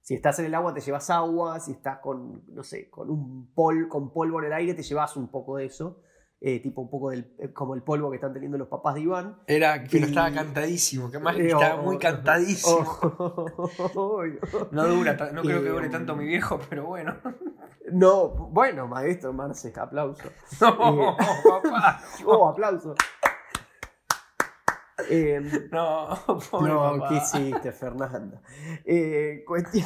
[SPEAKER 3] Si estás en el agua, te llevas agua, si estás con, no sé, con un pol, con polvo en el aire, te llevas un poco de eso. Eh, tipo, un poco del, eh, como el polvo que están teniendo los papás de Iván.
[SPEAKER 2] Era que no
[SPEAKER 3] Y-
[SPEAKER 2] estaba cantadísimo, que más
[SPEAKER 3] Eh,
[SPEAKER 2] estaba
[SPEAKER 3] oh,
[SPEAKER 2] muy
[SPEAKER 3] oh, [LAUGHS]
[SPEAKER 2] cantadísimo.
[SPEAKER 3] oh.
[SPEAKER 2] No dura, ta- no creo que dure
[SPEAKER 3] Eh,
[SPEAKER 2] tanto mi viejo, pero bueno. [LAUGHS]
[SPEAKER 3] No, bueno, maestro Marce, aplauso.
[SPEAKER 2] No, papá. [LAUGHS]
[SPEAKER 3] Oh, aplauso. Eh,
[SPEAKER 2] No, pobre
[SPEAKER 3] no,
[SPEAKER 2] papá.
[SPEAKER 3] ¿qué hiciste, Fernanda? Eh, cuestión-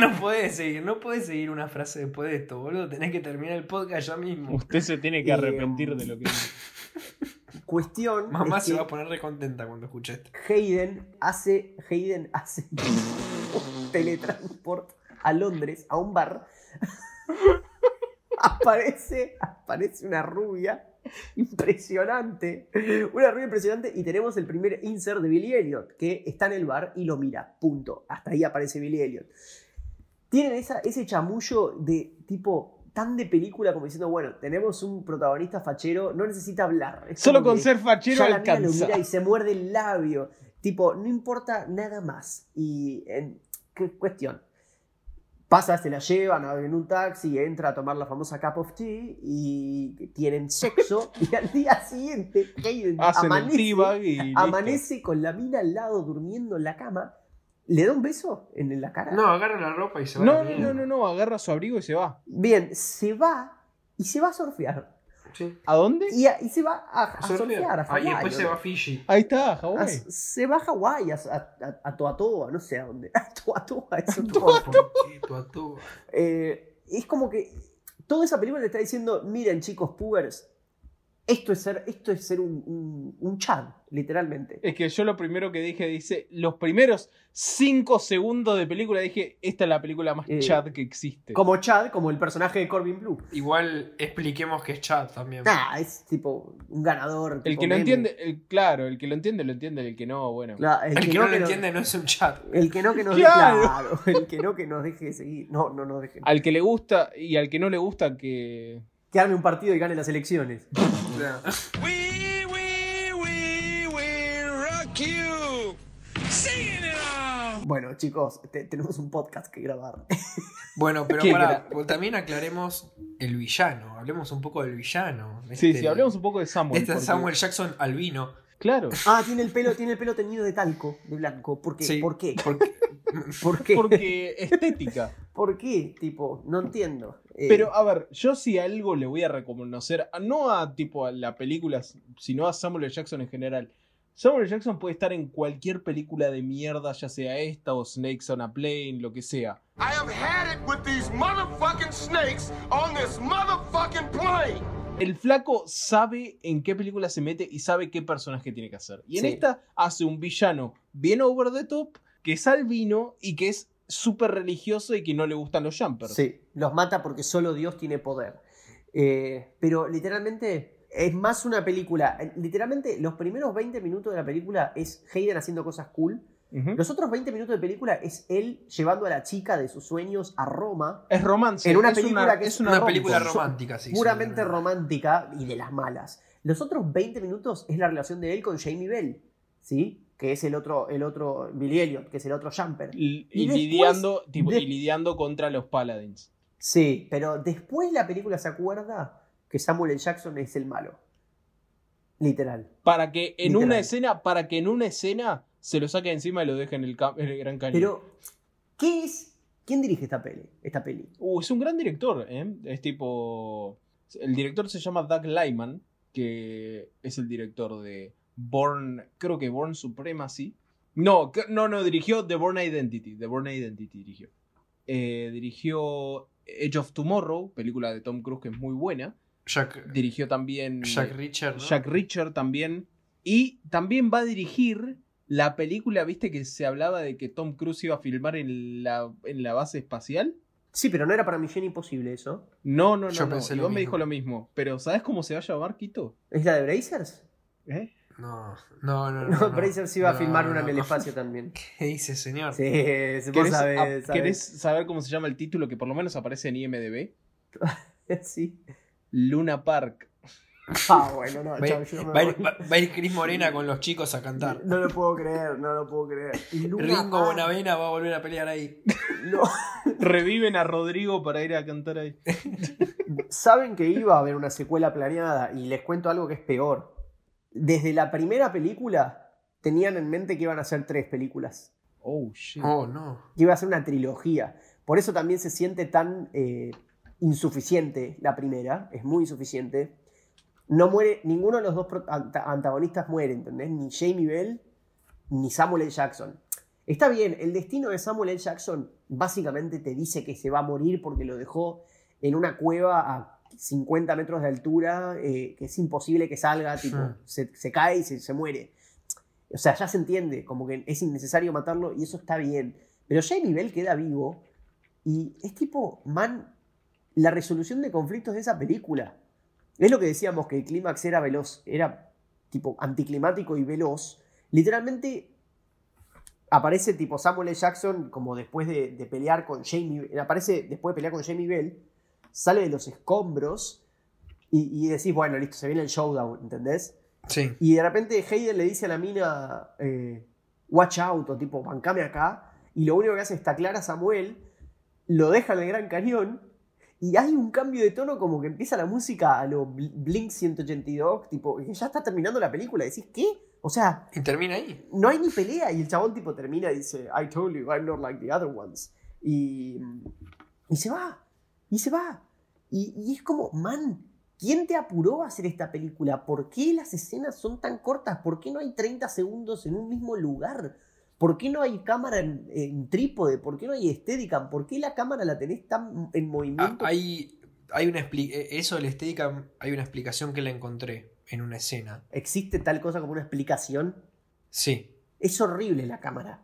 [SPEAKER 2] No podés seguir, no podés seguir una frase después de esto, boludo. Tenés que terminar el podcast ya mismo.
[SPEAKER 1] Usted se tiene
[SPEAKER 3] que arrepentir de
[SPEAKER 1] lo que
[SPEAKER 3] cuestión
[SPEAKER 2] Mamá
[SPEAKER 3] es
[SPEAKER 2] se
[SPEAKER 3] que
[SPEAKER 2] va a poner recontenta cuando escuche esto.
[SPEAKER 3] Hayden hace, Hayden hace un teletransport a Londres, [LAUGHS] a un bar. aparece, aparece una rubia impresionante. Una rueda impresionante. Y tenemos el primer insert de Billy Elliot, que está en el bar y lo mira. Punto. Hasta ahí aparece Billy Elliot. Tienen esa, ese chamullo de tipo tan de película como diciendo, bueno, tenemos un protagonista fachero, no necesita hablar. Es
[SPEAKER 1] Solo
[SPEAKER 3] como
[SPEAKER 1] con
[SPEAKER 3] que-
[SPEAKER 1] ser fachero
[SPEAKER 3] ya la mina lo
[SPEAKER 1] alcanza.
[SPEAKER 3] mira y se muerde el labio. Tipo, no importa nada más. Y en, ¿qué cuestión? Pasa, se la llevan a- en un taxi, entra a tomar la famosa cup of tea y tienen
[SPEAKER 2] [LAUGHS]
[SPEAKER 3] sexo. y al día siguiente, Hayden
[SPEAKER 1] [LAUGHS] Hacen el
[SPEAKER 3] amanece,
[SPEAKER 1] teabag y listo.
[SPEAKER 3] amanece con la mina al lado durmiendo en la cama. ¿Le da un beso en la cara?
[SPEAKER 2] No, agarra la ropa y se va.
[SPEAKER 1] No,
[SPEAKER 2] a la
[SPEAKER 1] no, no,
[SPEAKER 2] mierda.
[SPEAKER 1] no, no, agarra su abrigo y se va.
[SPEAKER 3] Bien, se va y se va a surfear.
[SPEAKER 2] Sí.
[SPEAKER 1] ¿A dónde?
[SPEAKER 3] Y, a- y se va a, a
[SPEAKER 2] Surfea.
[SPEAKER 3] surfear, a
[SPEAKER 2] Ah, y después
[SPEAKER 3] Hawái,
[SPEAKER 2] se
[SPEAKER 3] ¿no?
[SPEAKER 2] va a Fiji.
[SPEAKER 1] Ahí está, Hawái.
[SPEAKER 3] A- se va a Hawái, a, a, a Toatoa, no sé a dónde. [LAUGHS] A Toatoa,
[SPEAKER 2] [LAUGHS]
[SPEAKER 3] es un
[SPEAKER 2] ¿Por qué? Tú a tú.
[SPEAKER 3] Eh, Es como que toda esa película le está diciendo, miren chicos, pubers, esto es ser, esto es ser un, un, un chad, literalmente.
[SPEAKER 1] Es que yo lo primero que dije, dice, los primeros cinco segundos de película dije, esta es la película más
[SPEAKER 3] Eh,
[SPEAKER 1] chat que existe.
[SPEAKER 3] Como Chad, como el personaje de Corbin Blue.
[SPEAKER 2] Igual expliquemos que es chat también.
[SPEAKER 3] Nah, es tipo un ganador.
[SPEAKER 1] El
[SPEAKER 3] tipo
[SPEAKER 1] que no
[SPEAKER 3] meme.
[SPEAKER 1] entiende, el, claro, el que lo entiende, lo entiende, el que no, bueno.
[SPEAKER 3] Claro, el,
[SPEAKER 2] El que no lo
[SPEAKER 3] que
[SPEAKER 2] entiende no es un chat.
[SPEAKER 3] El que no que nos
[SPEAKER 1] Claro.
[SPEAKER 3] claro, el que no que nos deje de seguir. No, no nos deje.
[SPEAKER 1] Al que le gusta y al que no le gusta que...
[SPEAKER 3] Que arme un partido y gane las elecciones.
[SPEAKER 5] We, we, we, we rock you. Singing it out.
[SPEAKER 3] Bueno, chicos, te- tenemos un podcast que grabar.
[SPEAKER 2] Bueno, pero
[SPEAKER 1] ¿Qué
[SPEAKER 2] pará, pues también aclaremos el villano. Hablemos un poco del villano.
[SPEAKER 1] Sí,
[SPEAKER 2] Este-
[SPEAKER 1] sí, hablemos un poco de
[SPEAKER 2] de
[SPEAKER 1] Samuel.
[SPEAKER 2] este
[SPEAKER 1] porque-
[SPEAKER 2] Samuel Jackson albino.
[SPEAKER 1] Claro.
[SPEAKER 3] Ah, tiene el pelo, tiene el pelo teñido de talco, de blanco. ¿Por qué?
[SPEAKER 2] Sí.
[SPEAKER 3] ¿Por [LAUGHS] qué?
[SPEAKER 2] Porque
[SPEAKER 3] ¿Por qué?
[SPEAKER 1] Porque estética.
[SPEAKER 3] ¿Por qué? Tipo, no entiendo. Eh,
[SPEAKER 1] Pero, a ver, yo si algo le voy a reconocer, a- no a tipo a la película, sino a Samuel L. Jackson en general. Samuel L. Jackson puede estar en cualquier película de mierda, ya sea esta o Snakes on a Plane, lo que sea.
[SPEAKER 5] I have had it with these motherfucking snakes on this motherfucking plane.
[SPEAKER 1] El flaco sabe en qué película se mete y sabe qué personaje tiene que hacer. Y en
[SPEAKER 3] Sí.
[SPEAKER 1] esta hace un villano bien over the top, que es albino y que es súper religioso y que no le gustan los jumpers.
[SPEAKER 3] Sí, los mata porque solo Dios tiene poder. Eh, pero literalmente es más una película. Eh, Literalmente los primeros 20 minutos de la película es Hayden haciendo cosas cool.
[SPEAKER 1] Ujú.
[SPEAKER 3] Los otros 20 minutos de película es él llevando a la chica de sus sueños a Roma.
[SPEAKER 1] Es romance.
[SPEAKER 3] En una
[SPEAKER 1] es
[SPEAKER 3] película que es
[SPEAKER 1] es
[SPEAKER 2] una,
[SPEAKER 1] rom-com.
[SPEAKER 2] película
[SPEAKER 3] rom-
[SPEAKER 2] romántica, sí.
[SPEAKER 3] puramente
[SPEAKER 2] sí.
[SPEAKER 3] romántica y de las malas. Los otros 20 minutos es la relación de él con Jamie Bell, ¿sí? Que es el otro, el otro Billy Elliot, que es el otro Jumper.
[SPEAKER 1] Y,
[SPEAKER 3] Y
[SPEAKER 1] y
[SPEAKER 3] después
[SPEAKER 1] lidiando, tipo,
[SPEAKER 3] de-
[SPEAKER 1] y lidiando contra los paladins.
[SPEAKER 3] Sí, pero después la película se acuerda que Samuel L. Jackson es el malo. Literal.
[SPEAKER 1] Para que en
[SPEAKER 3] Literal.
[SPEAKER 1] una escena, para que en una escena se lo saque encima y lo deje en el, ca- en el Gran Cañón.
[SPEAKER 3] Pero, ¿qué es? ¿Quién dirige esta peli? Esta peli?
[SPEAKER 1] Uh, es un gran director, ¿eh? Es tipo. El director se llama Doug Lyman, que es el director de Born. Creo que Born Supremacy. No, que- no, no, dirigió The Born Identity. The Born Identity dirigió. Eh, dirigió Edge of Tomorrow, película de Tom Cruise que es muy buena.
[SPEAKER 2] Jack,
[SPEAKER 1] Dirigió también.
[SPEAKER 2] Jack Richard. ¿no?
[SPEAKER 1] Jack Richard también. Y también va a dirigir la película, viste que se hablaba de que Tom Cruise iba a filmar en la, en la base espacial.
[SPEAKER 3] Sí, pero no era para Misión Imposible eso.
[SPEAKER 1] No, no, no.
[SPEAKER 2] Yo
[SPEAKER 1] no.
[SPEAKER 2] pensé
[SPEAKER 1] Iván
[SPEAKER 2] lo
[SPEAKER 1] me
[SPEAKER 2] mismo.
[SPEAKER 1] dijo lo mismo. Pero ¿sabes cómo se va a llamar Quito?
[SPEAKER 3] ¿Es la de Brazers?
[SPEAKER 2] No, no, no. no,
[SPEAKER 3] [LAUGHS] No,
[SPEAKER 2] no.
[SPEAKER 3] Brazers iba a
[SPEAKER 2] No,
[SPEAKER 3] filmar
[SPEAKER 2] no,
[SPEAKER 3] una en el
[SPEAKER 2] no.
[SPEAKER 3] espacio
[SPEAKER 2] [LAUGHS]
[SPEAKER 3] también.
[SPEAKER 2] ¿Qué dice, señor?
[SPEAKER 3] Sí, vos
[SPEAKER 1] ¿Querés,
[SPEAKER 3] sabés,
[SPEAKER 1] ah,
[SPEAKER 3] sabés.
[SPEAKER 1] querés saber cómo se llama el título que por lo menos aparece en IMDb?
[SPEAKER 3] [LAUGHS] Sí.
[SPEAKER 1] Luna Park. [LAUGHS]
[SPEAKER 3] Ah, bueno, no,
[SPEAKER 2] Va,
[SPEAKER 3] chau, yo no me
[SPEAKER 2] va a
[SPEAKER 3] [LAUGHS] voy.
[SPEAKER 2] ir, va- va a ir Cris Morena con los chicos a cantar.
[SPEAKER 3] No lo puedo creer, no lo puedo creer. Luna
[SPEAKER 2] Ringo
[SPEAKER 3] Park.
[SPEAKER 2] Bonavena va a volver a pelear ahí.
[SPEAKER 3] No.
[SPEAKER 1] Reviven a Rodrigo para ir a cantar ahí.
[SPEAKER 3] Saben que iba a haber una secuela planeada y les cuento algo que es peor. Desde la primera película tenían en mente que iban a ser tres películas,
[SPEAKER 1] Oh, shit.
[SPEAKER 2] Oh, no.
[SPEAKER 3] que iba a ser una trilogía. Por eso también se siente tan eh, insuficiente la primera, es muy insuficiente. No muere, ninguno de los dos prota- anta- antagonistas muere, ¿entendés? Ni Jamie Bell ni Samuel L. Jackson. Está bien, el destino de Samuel L. Jackson básicamente te dice que se va a morir porque lo dejó en una cueva a 50 metros de altura, eh, que es imposible que salga, tipo,
[SPEAKER 2] Mm.
[SPEAKER 3] se, se cae y se, se muere. O sea, ya se entiende, como que es innecesario matarlo y eso está bien. Pero Jamie Bell queda vivo y es tipo, man, la resolución de conflictos de esa película. Es lo que decíamos, que el clímax era veloz, era tipo anticlimático y veloz. Literalmente aparece tipo Samuel L. Jackson como después de, de pelear con Jamie, aparece después de pelear con Jamie Bell, sale de los escombros y, y decís, bueno, listo, se viene el showdown, ¿entendés?
[SPEAKER 2] Sí.
[SPEAKER 3] Y de repente Hayden le dice a la mina, eh, watch out, o tipo, bancame acá. Y lo único que hace es taclar a Samuel, lo deja en el Gran Cañón, y hay un cambio de tono como que empieza la música a lo Bl- Blink 182, tipo, que ya está terminando la película, decís, ¿qué? O sea,
[SPEAKER 2] Y termina ahí.
[SPEAKER 3] no hay ni pelea, y el chabón tipo termina y dice, I told you, I'm not like the other ones. Y, mm, y se va, y se va. Y, y es como, man, ¿quién te apuró a hacer esta película? ¿Por qué las escenas son tan cortas? ¿Por qué no hay 30 segundos en un mismo lugar? ¿Por qué no hay cámara en, en trípode? ¿Por qué no hay estética? ¿Por qué la cámara la tenés tan en
[SPEAKER 2] Ah,
[SPEAKER 3] movimiento?
[SPEAKER 2] hay, hay una expli- eh, Eso del Steadicam, hay una explicación que la encontré en una escena.
[SPEAKER 3] ¿Existe tal cosa como una explicación?
[SPEAKER 2] Sí.
[SPEAKER 3] Es horrible la cámara.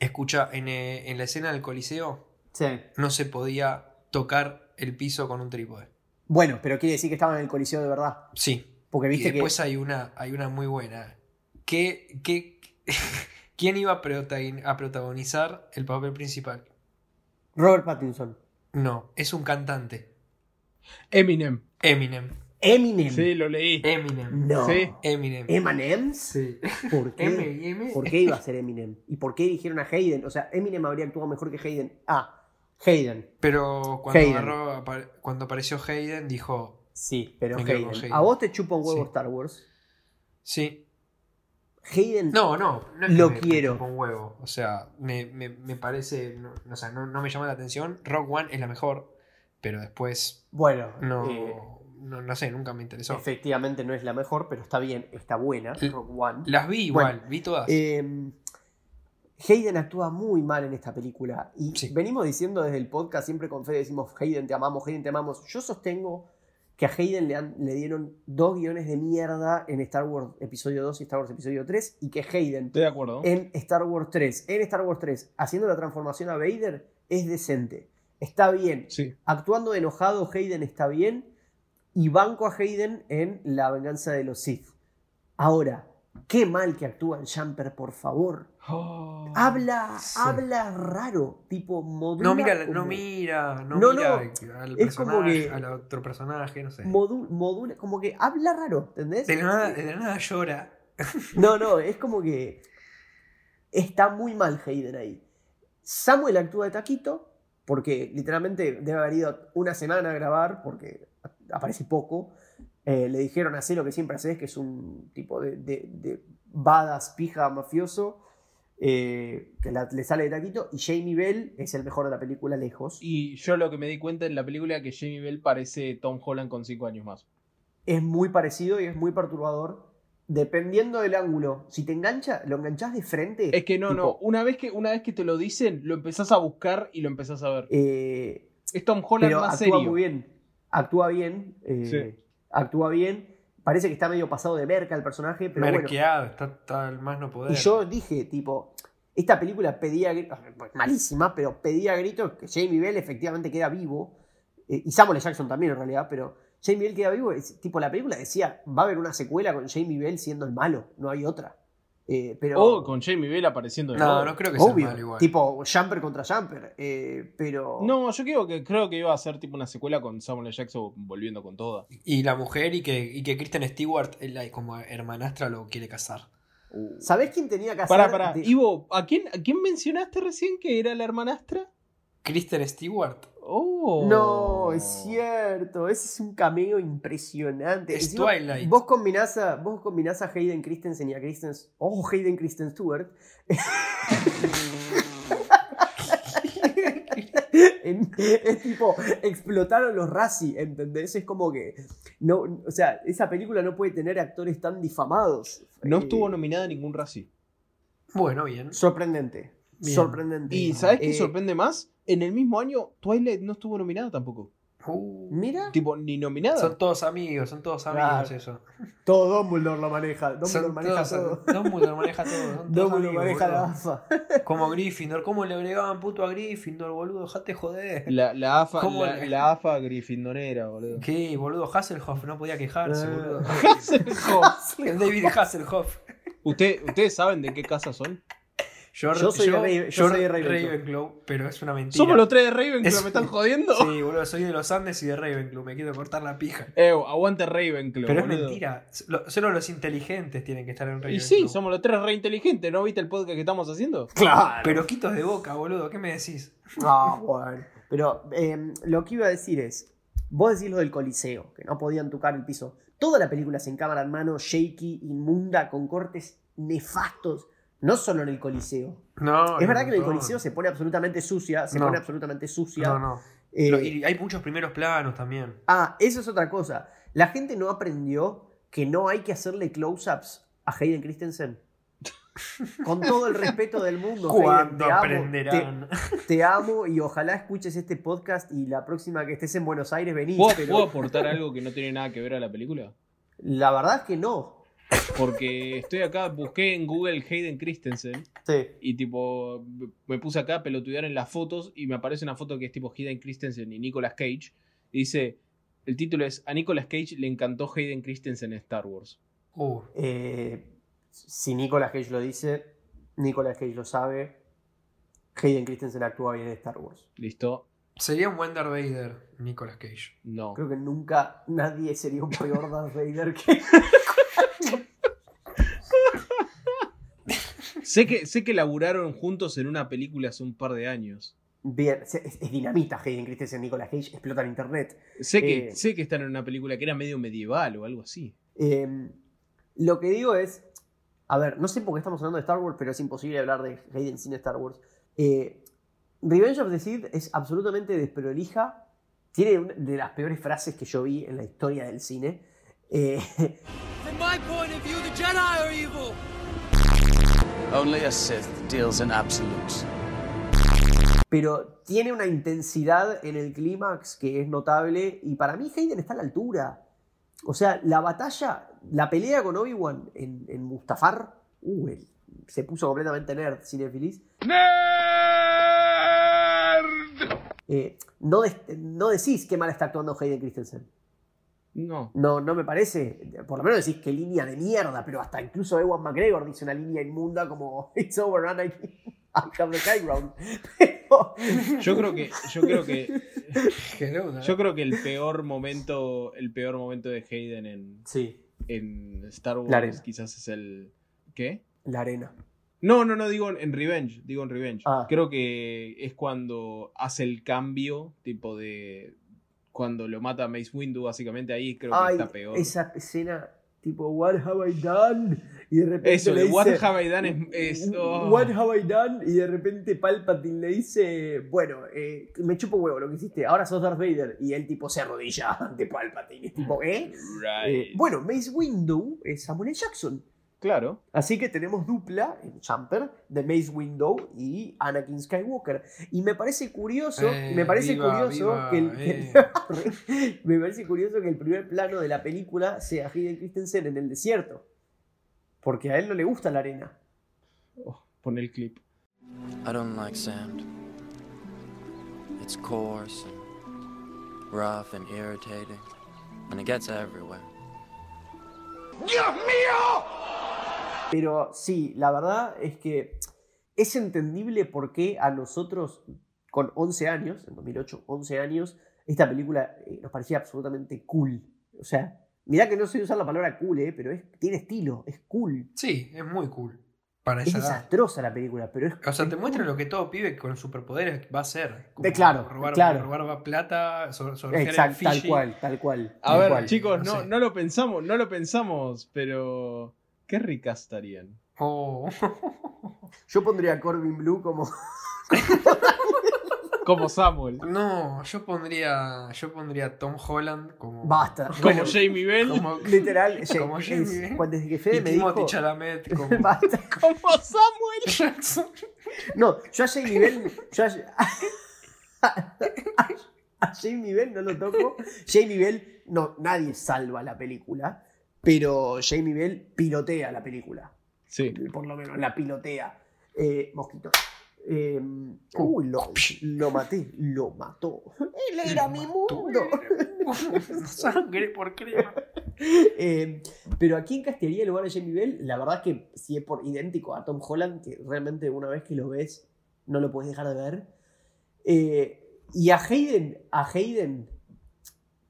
[SPEAKER 2] Escucha, en, eh, en la escena del Coliseo
[SPEAKER 3] Sí.
[SPEAKER 2] no se podía tocar el piso con un trípode.
[SPEAKER 3] Bueno, pero quiere decir que estaban en el coliseo de verdad.
[SPEAKER 2] Sí.
[SPEAKER 3] Porque
[SPEAKER 2] Y
[SPEAKER 3] viste que...
[SPEAKER 2] después hay una, hay una muy buena. ¿Qué, qué, [LAUGHS] ¿Quién iba a protagoni- a protagonizar el papel principal?
[SPEAKER 3] Robert Pattinson.
[SPEAKER 2] No, es un cantante.
[SPEAKER 1] Eminem.
[SPEAKER 2] Eminem.
[SPEAKER 3] Eminem.
[SPEAKER 1] Sí, lo leí.
[SPEAKER 2] Eminem.
[SPEAKER 3] No.
[SPEAKER 1] Sí.
[SPEAKER 2] Eminem.
[SPEAKER 3] Eminem.
[SPEAKER 2] Sí.
[SPEAKER 3] ¿Por
[SPEAKER 2] [LAUGHS]
[SPEAKER 3] qué?
[SPEAKER 2] M y M.
[SPEAKER 3] ¿Por qué iba a ser Eminem? ¿Y por qué eligieron a Hayden? O sea, Eminem habría actuado mejor que Hayden. Ah, Hayden.
[SPEAKER 2] Pero cuando,
[SPEAKER 3] Hayden.
[SPEAKER 2] agarró- apare- cuando apareció Hayden dijo,
[SPEAKER 3] Sí, pero
[SPEAKER 2] Me quedo con
[SPEAKER 3] Hayden.
[SPEAKER 2] Hayden.
[SPEAKER 3] A vos te chupa un huevo
[SPEAKER 2] Sí.
[SPEAKER 3] Star Wars.
[SPEAKER 2] sí,
[SPEAKER 3] Hayden.
[SPEAKER 2] no, no, no es
[SPEAKER 3] Lo
[SPEAKER 2] me- me
[SPEAKER 3] quiero.
[SPEAKER 2] chupa un huevo. O sea, me, me- me parece, no, o sea, no, no me llama la atención. Rock One es la mejor, pero después
[SPEAKER 3] Bueno,
[SPEAKER 2] no,
[SPEAKER 3] eh,
[SPEAKER 2] no, no sé, nunca me interesó.
[SPEAKER 3] efectivamente no es la mejor, pero está bien, está buena.
[SPEAKER 2] L-
[SPEAKER 3] Rock One.
[SPEAKER 2] Las vi igual,
[SPEAKER 3] Bueno,
[SPEAKER 2] vi todas.
[SPEAKER 3] Eh, Hayden actúa muy mal en esta película. Y
[SPEAKER 2] Sí.
[SPEAKER 3] venimos diciendo desde el podcast, siempre con Fede decimos, Hayden te amamos, Hayden te amamos. Yo sostengo que a Hayden le, han- le dieron dos guiones de mierda en Star Wars Episodio 2 y Star Wars Episodio 3 y que Hayden
[SPEAKER 1] Estoy de acuerdo.
[SPEAKER 3] en Star Wars 3, en Star Wars 3, haciendo la transformación a Vader, es decente. Está bien.
[SPEAKER 1] Sí.
[SPEAKER 3] Actuando de enojado, Hayden está bien. Y banco a Hayden en La venganza de los Sith. Ahora, qué mal que actúa en Jumper, por favor.
[SPEAKER 2] Oh,
[SPEAKER 3] Ah. Habla,
[SPEAKER 2] sí.
[SPEAKER 3] habla raro, tipo modula.
[SPEAKER 2] No mira,
[SPEAKER 3] como-
[SPEAKER 2] no mira, no,
[SPEAKER 3] No,
[SPEAKER 2] mira al
[SPEAKER 3] es como
[SPEAKER 2] personaje,
[SPEAKER 3] que-
[SPEAKER 2] al otro personaje, no sé.
[SPEAKER 3] modu- modula, como que habla raro, ¿entendés?
[SPEAKER 2] De la nada, de la nada llora.
[SPEAKER 3] No, no, es como que está muy mal Hayden ahí. Samuel actúa de taquito, porque literalmente debe haber ido una semana a grabar, porque aparece poco. Eh, le dijeron hacer lo que siempre haces, que es un tipo de, de, de badass, pija, mafioso, eh, que la- le sale de taquito. Y Jamie Bell es el mejor de la película lejos.
[SPEAKER 1] Y yo lo que me di cuenta en la película es que Jamie Bell parece Tom Holland con 5 años más.
[SPEAKER 3] es muy parecido y es muy perturbador. Dependiendo del ángulo, si te engancha, lo enganchás de frente.
[SPEAKER 1] Es que no,
[SPEAKER 3] Eh, tipo,
[SPEAKER 1] no. Una vez que, una vez que te lo dicen, lo empezás a buscar y lo empezás a ver.
[SPEAKER 3] eh,
[SPEAKER 1] Es Tom Holland
[SPEAKER 3] pero actúa
[SPEAKER 1] más serio.
[SPEAKER 3] muy bien. Actúa bien. eh,
[SPEAKER 1] Sí.
[SPEAKER 3] Actúa bien. Parece que está medio pasado de merca el personaje, pero bueno.
[SPEAKER 2] Merqueado, está, está al más no poder.
[SPEAKER 3] Y yo dije, tipo, esta película pedía a gritos, pues, malísima, pero pedía a gritos que Jamie Bell efectivamente queda vivo. eh, y Samuel L. Jackson también en realidad, pero Jamie Bell queda vivo. es- tipo, la película decía, va a haber una secuela con Jamie Bell siendo el malo, no hay otra. Eh, pero,
[SPEAKER 1] O con Jamie Bell apareciendo de
[SPEAKER 2] No,
[SPEAKER 1] nuevo.
[SPEAKER 2] no creo que sea
[SPEAKER 3] obvio,
[SPEAKER 2] malo igual.
[SPEAKER 3] tipo, jumper contra jumper. eh, pero...
[SPEAKER 1] No, yo creo que, creo que iba a ser tipo una secuela con Samuel L. Jackson volviendo con toda.
[SPEAKER 2] Y la mujer y que, y que Kristen Stewart, eh, la- como hermanastra, lo quiere casar.
[SPEAKER 3] ¿Sabés quién tenía que hacer?
[SPEAKER 1] Pará, pará.
[SPEAKER 3] de-
[SPEAKER 1] Ivo, ¿a quién, ¿a quién mencionaste recién que era la hermanastra?
[SPEAKER 2] Kristen Stewart
[SPEAKER 1] Oh.
[SPEAKER 3] No, es cierto. Ese es un cameo impresionante.
[SPEAKER 2] es
[SPEAKER 3] Eh, Encima,
[SPEAKER 2] Twilight.
[SPEAKER 3] Vos combinás, a, vos combinás a Hayden Christensen y a Kristen... Oh, Hayden Kristen Stewart. [LAUGHS] En- es tipo, explotaron los Razzie, ¿entendés? Es como que... No, o sea, esa película no puede tener actores tan difamados.
[SPEAKER 1] No
[SPEAKER 3] Eh,
[SPEAKER 1] estuvo nominada a ningún Razzie.
[SPEAKER 2] Bueno, bien.
[SPEAKER 3] Sorprendente.
[SPEAKER 2] Bien.
[SPEAKER 3] Sorprendente.
[SPEAKER 1] ¿Y sabes qué
[SPEAKER 3] Eh,
[SPEAKER 1] sorprende más? En el mismo año, Twilight no estuvo nominada tampoco.
[SPEAKER 2] Uh,
[SPEAKER 3] Mira.
[SPEAKER 1] Tipo, ni nominada.
[SPEAKER 2] son todos amigos, son todos amigos
[SPEAKER 3] Claro.
[SPEAKER 2] eso.
[SPEAKER 3] Todo Dumbledore lo maneja. Dumbledore
[SPEAKER 2] Son
[SPEAKER 3] maneja
[SPEAKER 2] todos,
[SPEAKER 3] todo.
[SPEAKER 2] Dumbledore maneja todo. son todos
[SPEAKER 3] Dumbledore
[SPEAKER 2] amigos,
[SPEAKER 3] maneja la
[SPEAKER 2] boludo. [LAUGHS]
[SPEAKER 3] AFA.
[SPEAKER 2] Como Gryffindor, ¿cómo le agregaban puto a Gryffindor, boludo? Dejate joder.
[SPEAKER 1] La, la AFA,
[SPEAKER 2] ¿Cómo
[SPEAKER 1] la,
[SPEAKER 2] le-
[SPEAKER 1] la AFA grifindonera,
[SPEAKER 2] [LAUGHS]
[SPEAKER 1] boludo.
[SPEAKER 2] ¿Qué, boludo? Hasselhoff no podía quejarse,
[SPEAKER 3] Eh.
[SPEAKER 2] boludo.
[SPEAKER 1] Hasselhoff.
[SPEAKER 2] El [LAUGHS] David Hasselhoff.
[SPEAKER 1] ¿Usted- ¿Ustedes saben de qué casa son?
[SPEAKER 2] Yo,
[SPEAKER 3] Yo soy de Raven- yo soy de Ravenclaw.
[SPEAKER 2] Ravenclaw, pero es una mentira.
[SPEAKER 1] Somos los tres de Ravenclaw,
[SPEAKER 2] Es-
[SPEAKER 1] me están jodiendo.
[SPEAKER 2] [LAUGHS] Sí, boludo, soy de los Andes y de Ravenclaw. Me quiero cortar la pija.
[SPEAKER 1] Ew, aguante Ravenclaw.
[SPEAKER 2] Pero es
[SPEAKER 1] boludo.
[SPEAKER 2] mentira. Lo- Solo los inteligentes tienen que estar en Ravenclaw.
[SPEAKER 1] Y sí, somos los tres re inteligentes. ¿No viste el podcast que estamos haciendo?
[SPEAKER 3] Claro.
[SPEAKER 2] Ah, Pero quitos de boca, boludo. ¿Qué me decís?
[SPEAKER 3] Ah, bueno. Pero eh, lo que iba a decir es, vos decís lo del Coliseo, que no podían tocar el piso. Toda la película es en cámara en mano, shaky, inmunda, con cortes nefastos. No solo en el Coliseo.
[SPEAKER 2] No.
[SPEAKER 3] es verdad que en el
[SPEAKER 2] no.
[SPEAKER 3] Coliseo se pone absolutamente sucia, se
[SPEAKER 2] No.
[SPEAKER 3] pone absolutamente sucia.
[SPEAKER 2] No, no.
[SPEAKER 3] Eh,
[SPEAKER 2] Lo- Y hay muchos primeros planos también.
[SPEAKER 3] Ah, eso es otra cosa. La gente no aprendió que no hay que hacerle close-ups a Hayden Christensen. Con todo el respeto del mundo. Hayden, te
[SPEAKER 2] [LAUGHS] ¿Cuándo
[SPEAKER 3] amo,
[SPEAKER 2] aprenderán?
[SPEAKER 3] Te, te amo y ojalá escuches este podcast y la próxima que estés en Buenos Aires venís.
[SPEAKER 1] ¿Puedo,
[SPEAKER 3] pero
[SPEAKER 1] puedo
[SPEAKER 3] [LAUGHS]
[SPEAKER 1] aportar algo que no tiene nada que ver a la película?
[SPEAKER 3] La verdad es que no.
[SPEAKER 1] Porque estoy acá, busqué en Google Hayden Christensen
[SPEAKER 3] Sí.
[SPEAKER 1] y tipo me puse acá a pelotudear en las fotos y me aparece una foto que es tipo Hayden Christensen y Nicolas Cage. Y dice, el título es A Nicolas Cage le encantó Hayden Christensen en Star Wars.
[SPEAKER 2] [LAUGHS] Uh,
[SPEAKER 3] Eh, si Nicolas Cage lo dice, Nicolas Cage lo sabe. Hayden Christensen actúa bien en Star Wars.
[SPEAKER 1] ¿Listo?
[SPEAKER 2] sería un buen Darth Vader, Nicolas Cage.
[SPEAKER 1] No.
[SPEAKER 3] Creo que nunca nadie sería un peor Darth Vader que
[SPEAKER 1] Sé que, sé que laburaron juntos en una película hace un par de años.
[SPEAKER 3] Bien, se- es, es dinamita Hayden Christensen, Nicolas Cage, explotan internet.
[SPEAKER 1] Sé que,
[SPEAKER 3] Eh.
[SPEAKER 1] sé que están en una película que era medio medieval o algo así.
[SPEAKER 3] Eh, lo que digo es, a ver, no sé por qué estamos hablando de Star Wars, pero es imposible hablar de Hayden sin Star Wars. Eh, Revenge of the Sith es absolutamente desprolija, tiene una de las peores frases que yo vi en la historia del cine. Eh,
[SPEAKER 7] Only a Sith deals in absolutes.
[SPEAKER 3] pero tiene una intensidad en el clímax que es notable y para mí Hayden está a la altura. O sea, la batalla, la pelea con Obi-Wan en, en Mustafar, uh, él se puso completamente nerd, cinefilis. Eh, no, des- no decís qué mal está actuando Hayden Christensen.
[SPEAKER 1] No.
[SPEAKER 3] No, no me parece. Por lo menos decís qué línea de mierda, pero hasta incluso Ewan McGregor dice una línea inmunda como [LAUGHS] It's over, Anakin. I have the high ground. [LAUGHS] Pero-
[SPEAKER 1] Yo creo que, yo creo que,
[SPEAKER 2] Hello,
[SPEAKER 1] yo creo que el peor momento, el peor momento de Hayden en,
[SPEAKER 3] Sí,
[SPEAKER 1] en Star
[SPEAKER 3] La arena.
[SPEAKER 1] Wars quizás es el. ¿Qué?
[SPEAKER 3] la arena.
[SPEAKER 1] No, no, no, digo en- en Revenge. Digo en Revenge.
[SPEAKER 3] Ah.
[SPEAKER 1] Creo que es cuando hace el cambio, tipo de. Cuando lo mata Mace Windu, básicamente ahí creo que
[SPEAKER 3] Ay,
[SPEAKER 1] está peor.
[SPEAKER 3] Esa escena tipo What have I done? Y de repente
[SPEAKER 1] Eso,
[SPEAKER 3] le
[SPEAKER 1] el
[SPEAKER 3] dice,
[SPEAKER 1] What Have I Done es. es- oh.
[SPEAKER 3] What have I done? Y de repente Palpatine le dice, bueno, eh, me chupo huevo lo que hiciste, ahora sos Darth Vader. Y el tipo se arrodilla [LAUGHS] ante Palpatine. Es tipo, ¿eh? Eh,
[SPEAKER 1] Right.
[SPEAKER 3] bueno, Mace Window es Samuel L. Jackson.
[SPEAKER 1] Claro.
[SPEAKER 3] Así que tenemos dupla en Jumper de Mace Window y Anakin Skywalker. Y me parece curioso,
[SPEAKER 2] Eh,
[SPEAKER 3] me parece
[SPEAKER 2] viva,
[SPEAKER 3] curioso
[SPEAKER 2] viva,
[SPEAKER 3] que el, que-
[SPEAKER 2] eh.
[SPEAKER 3] [LAUGHS] me parece curioso que el primer plano de la película sea Hayden Christensen en el desierto. Porque a él no le gusta la arena.
[SPEAKER 1] Oh, pon el clip.
[SPEAKER 7] I don't like sand. It's coarse and rough and irritating, and it gets everywhere.
[SPEAKER 5] Dios mío!
[SPEAKER 3] Pero sí, la verdad es que es entendible por qué a nosotros, con 11 años, en 2008, 11 años, esta película eh, nos parecía absolutamente cool. O sea, mirá que no sé usar la palabra cool, eh, pero es, tiene estilo, es cool.
[SPEAKER 2] Sí, es muy cool. Para
[SPEAKER 3] Es
[SPEAKER 2] esa edad.
[SPEAKER 3] desastrosa la película, pero es.
[SPEAKER 2] O sea, te muestra lo que todo pibe con superpoderes va a hacer.
[SPEAKER 3] De claro,
[SPEAKER 2] robar,
[SPEAKER 3] claro.
[SPEAKER 2] robar plata, sobre,
[SPEAKER 3] Exacto, tal cual, tal cual.
[SPEAKER 1] A
[SPEAKER 3] tal
[SPEAKER 1] ver,
[SPEAKER 3] cual.
[SPEAKER 1] chicos,
[SPEAKER 2] no
[SPEAKER 1] no,
[SPEAKER 2] sé.
[SPEAKER 1] no lo pensamos, no lo pensamos, pero. Qué ricas estarían.
[SPEAKER 2] Oh.
[SPEAKER 3] Yo pondría a Corbin Blue como. [LAUGHS]
[SPEAKER 1] Como Samuel.
[SPEAKER 2] No, yo pondría. Yo pondría a Tom Holland como.
[SPEAKER 3] Basta.
[SPEAKER 1] Como Jamie Bell.
[SPEAKER 2] como-
[SPEAKER 3] [LAUGHS] Literal, es-
[SPEAKER 2] Como Jimmy,
[SPEAKER 3] es-
[SPEAKER 2] ¿eh?
[SPEAKER 3] cuando desde que
[SPEAKER 2] [LAUGHS]
[SPEAKER 3] Fede
[SPEAKER 2] y
[SPEAKER 3] me
[SPEAKER 2] Timothy
[SPEAKER 3] dijo.
[SPEAKER 2] Chalamet como
[SPEAKER 3] [LAUGHS] Basta.
[SPEAKER 1] [LAUGHS] Como Samuel.
[SPEAKER 2] [LAUGHS] Jackson. [LAUGHS]
[SPEAKER 3] No, yo a Jamie Bell. Yo a, [LAUGHS] a Jamie Bell no lo toco. Jamie Bell, no, nadie salva la película, pero Jamie Bell pilotea la película.
[SPEAKER 1] Sí.
[SPEAKER 3] Por lo menos la pilotea. Eh, mosquito. Eh, uy, lo, lo maté, lo mató. Él era mi mundo.
[SPEAKER 2] Sangre por crema.
[SPEAKER 3] Eh, pero aquí en Castellía, el lugar de Jamie Bell, la verdad es que si es por idéntico a Tom Holland, que realmente una vez que lo ves, no lo puedes dejar de ver. Eh, y a Hayden, a Hayden,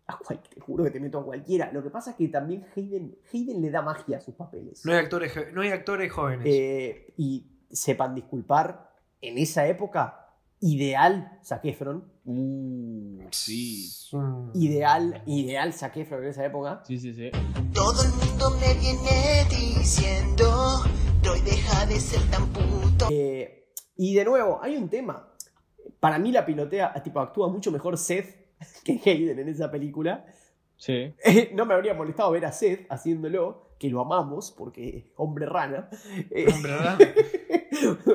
[SPEAKER 3] a cual- te juro que te meto a cualquiera. Lo que pasa es que también Hayden, Hayden le da magia a sus papeles.
[SPEAKER 2] No hay actores, jo- no hay actores jóvenes.
[SPEAKER 3] Eh, y sepan disculpar, en esa época, ideal Zac Efron.
[SPEAKER 1] Uh, sí.
[SPEAKER 2] Es un-
[SPEAKER 3] Ideal, ideal Zac Efron en esa época.
[SPEAKER 1] Sí, sí, sí.
[SPEAKER 8] Todo el mundo me viene diciendo, Roy deja de ser tan puto.
[SPEAKER 3] Eh, y de nuevo, hay un tema. Para mí la pilotea, tipo, actúa mucho mejor Seth [LAUGHS] que Hayden en esa película. [LAUGHS]
[SPEAKER 1] Sí.
[SPEAKER 3] Eh, no me habría molestado ver a Seth haciéndolo, que lo amamos, porque hombre rana. [LAUGHS] Eh,
[SPEAKER 2] Hombre, ¿verdad?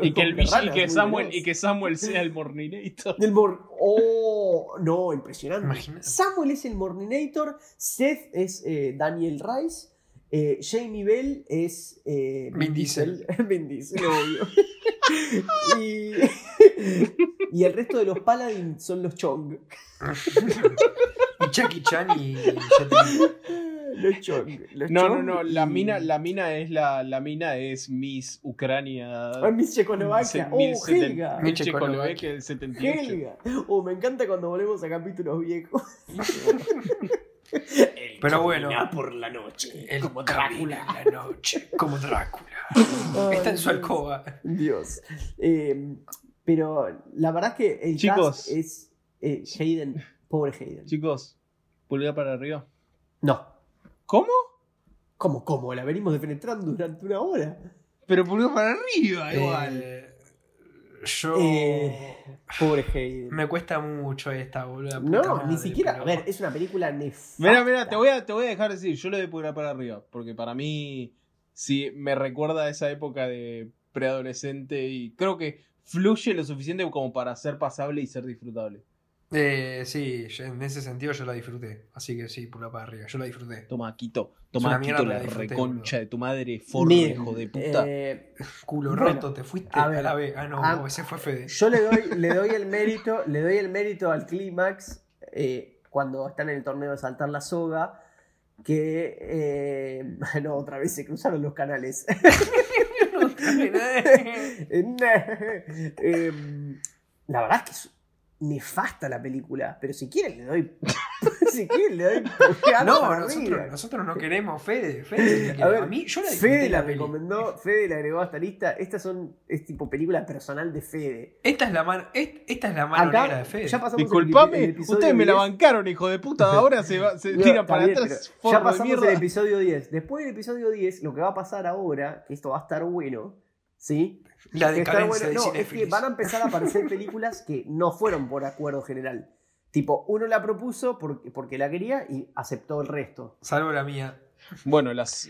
[SPEAKER 1] Y que, el,
[SPEAKER 3] Hombre
[SPEAKER 1] y,
[SPEAKER 3] rana,
[SPEAKER 1] que
[SPEAKER 3] muy
[SPEAKER 1] Samuel,
[SPEAKER 3] veloz.
[SPEAKER 1] y que Samuel sea el
[SPEAKER 3] [LAUGHS]
[SPEAKER 1] Morninator.
[SPEAKER 3] Del mor- ¡Oh! No, impresionante.
[SPEAKER 2] Imagínate.
[SPEAKER 3] Samuel es el Morninator, Seth es eh, Daniel Rice, eh, Jamie Bell es eh,
[SPEAKER 2] Vin Diesel.
[SPEAKER 3] Vin Diesel, [LAUGHS] obvio. y, [LAUGHS] y el resto de los Paladin son los Chong.
[SPEAKER 2] Y Jackie Chan y. y-
[SPEAKER 3] Los Chong. los
[SPEAKER 1] No, no,
[SPEAKER 3] Chong
[SPEAKER 1] no. La
[SPEAKER 3] y-
[SPEAKER 1] mina, la mina es la, la mina es Miss Ucrania.
[SPEAKER 3] Ah, Miss Checoslovaquia.
[SPEAKER 1] mil
[SPEAKER 3] ¡Oh,
[SPEAKER 1] seten-
[SPEAKER 3] Helga!
[SPEAKER 1] mil
[SPEAKER 2] Checoslovaquia.
[SPEAKER 1] Checoslovaquia del 78.
[SPEAKER 3] ¡Helga! Oh, me encanta cuando volvemos a capítulos viejos.
[SPEAKER 2] Pero bueno,
[SPEAKER 3] por la noche.
[SPEAKER 2] el como Drácula en la noche, como Drácula.
[SPEAKER 3] Ay,
[SPEAKER 2] Está en su
[SPEAKER 3] Dios.
[SPEAKER 2] alcoba.
[SPEAKER 3] Dios. Eh, pero la verdad es que el
[SPEAKER 1] Chicos.
[SPEAKER 3] cast es eh, Hayden, pobre Hayden.
[SPEAKER 1] Chicos, pulgar para arriba.
[SPEAKER 3] No.
[SPEAKER 1] ¿Cómo?
[SPEAKER 3] ¿Cómo, cómo? La venimos defenestrando durante una hora.
[SPEAKER 1] Pero pulgar para arriba,
[SPEAKER 2] Eh, yo.
[SPEAKER 3] Eh, pobre Hayden.
[SPEAKER 2] Me cuesta mucho esta, boluda. puta
[SPEAKER 3] No,
[SPEAKER 2] madre,
[SPEAKER 3] ni siquiera.
[SPEAKER 2] pero-
[SPEAKER 3] A ver, es una película nefasta.
[SPEAKER 1] Mira, mira, te voy, a, te voy a dejar decir, yo le doy pulgar para arriba, porque para mí sí me recuerda a esa época de preadolescente y creo que fluye lo suficiente como para ser pasable y ser disfrutable.
[SPEAKER 2] Eh, sí, yo- en ese sentido yo la disfruté. Así que sí, pula para arriba. Yo la disfruté.
[SPEAKER 1] Toma, Quito,
[SPEAKER 2] Es una
[SPEAKER 1] toma, Quito,
[SPEAKER 2] mierda, pero
[SPEAKER 1] la
[SPEAKER 2] la disfruté,
[SPEAKER 1] reconcha
[SPEAKER 2] boludo.
[SPEAKER 1] de tu madre, forro,
[SPEAKER 3] Miren,
[SPEAKER 1] hijo de puta.
[SPEAKER 3] eh,
[SPEAKER 2] Culo
[SPEAKER 3] Bueno,
[SPEAKER 2] roto, te fuiste
[SPEAKER 3] a
[SPEAKER 2] a,
[SPEAKER 3] ver,
[SPEAKER 2] la B. Ah, no,
[SPEAKER 3] a-
[SPEAKER 2] ese fue Fede.
[SPEAKER 3] yo le doy, le doy el mérito, le doy el mérito al clímax eh, cuando están en el torneo de saltar la soga. Que eh, [LAUGHS] no, otra vez se cruzaron los canales. [LAUGHS] Em, la verdad es que es nefasta la película, pero si quieren le doy. [LAUGHS] si quieren le doy. pulgar
[SPEAKER 2] no,
[SPEAKER 3] para
[SPEAKER 2] nosotros,
[SPEAKER 3] arriba.
[SPEAKER 2] nosotros no queremos Fede. Fede, la quiere.
[SPEAKER 3] [LAUGHS] A ver,
[SPEAKER 2] mí, yo la disfruté
[SPEAKER 3] Fede la
[SPEAKER 2] peli.
[SPEAKER 3] recomendó, Fede la agregó a esta lista. Estas son, es tipo película personal de Fede.
[SPEAKER 2] Esta es la mano, est- esta es la mano negra
[SPEAKER 3] Acá
[SPEAKER 2] de Fede.
[SPEAKER 3] ya pasamos el- el
[SPEAKER 1] Disculpame,
[SPEAKER 3] episodio
[SPEAKER 1] ustedes me la
[SPEAKER 3] 10.
[SPEAKER 1] bancaron, hijo de puta, ahora se, va- se
[SPEAKER 3] No,
[SPEAKER 1] tiran
[SPEAKER 3] está
[SPEAKER 1] para
[SPEAKER 3] bien,
[SPEAKER 1] atrás,
[SPEAKER 3] pero
[SPEAKER 1] forro
[SPEAKER 3] Ya
[SPEAKER 1] de
[SPEAKER 3] pasamos el
[SPEAKER 1] mierda.
[SPEAKER 3] episodio 10. Después del episodio 10, lo que va a pasar ahora, que esto va a estar bueno, ¿sí?
[SPEAKER 2] la
[SPEAKER 3] Que está
[SPEAKER 2] decadencia
[SPEAKER 3] bueno- No,
[SPEAKER 2] de
[SPEAKER 3] es que
[SPEAKER 2] cinéfilos.
[SPEAKER 3] van a empezar a
[SPEAKER 2] [LAUGHS]
[SPEAKER 3] aparecer películas que no fueron por acuerdo general. Tipo, uno la propuso porque, porque la quería y aceptó el resto.
[SPEAKER 2] Salvo la mía.
[SPEAKER 1] Bueno, las,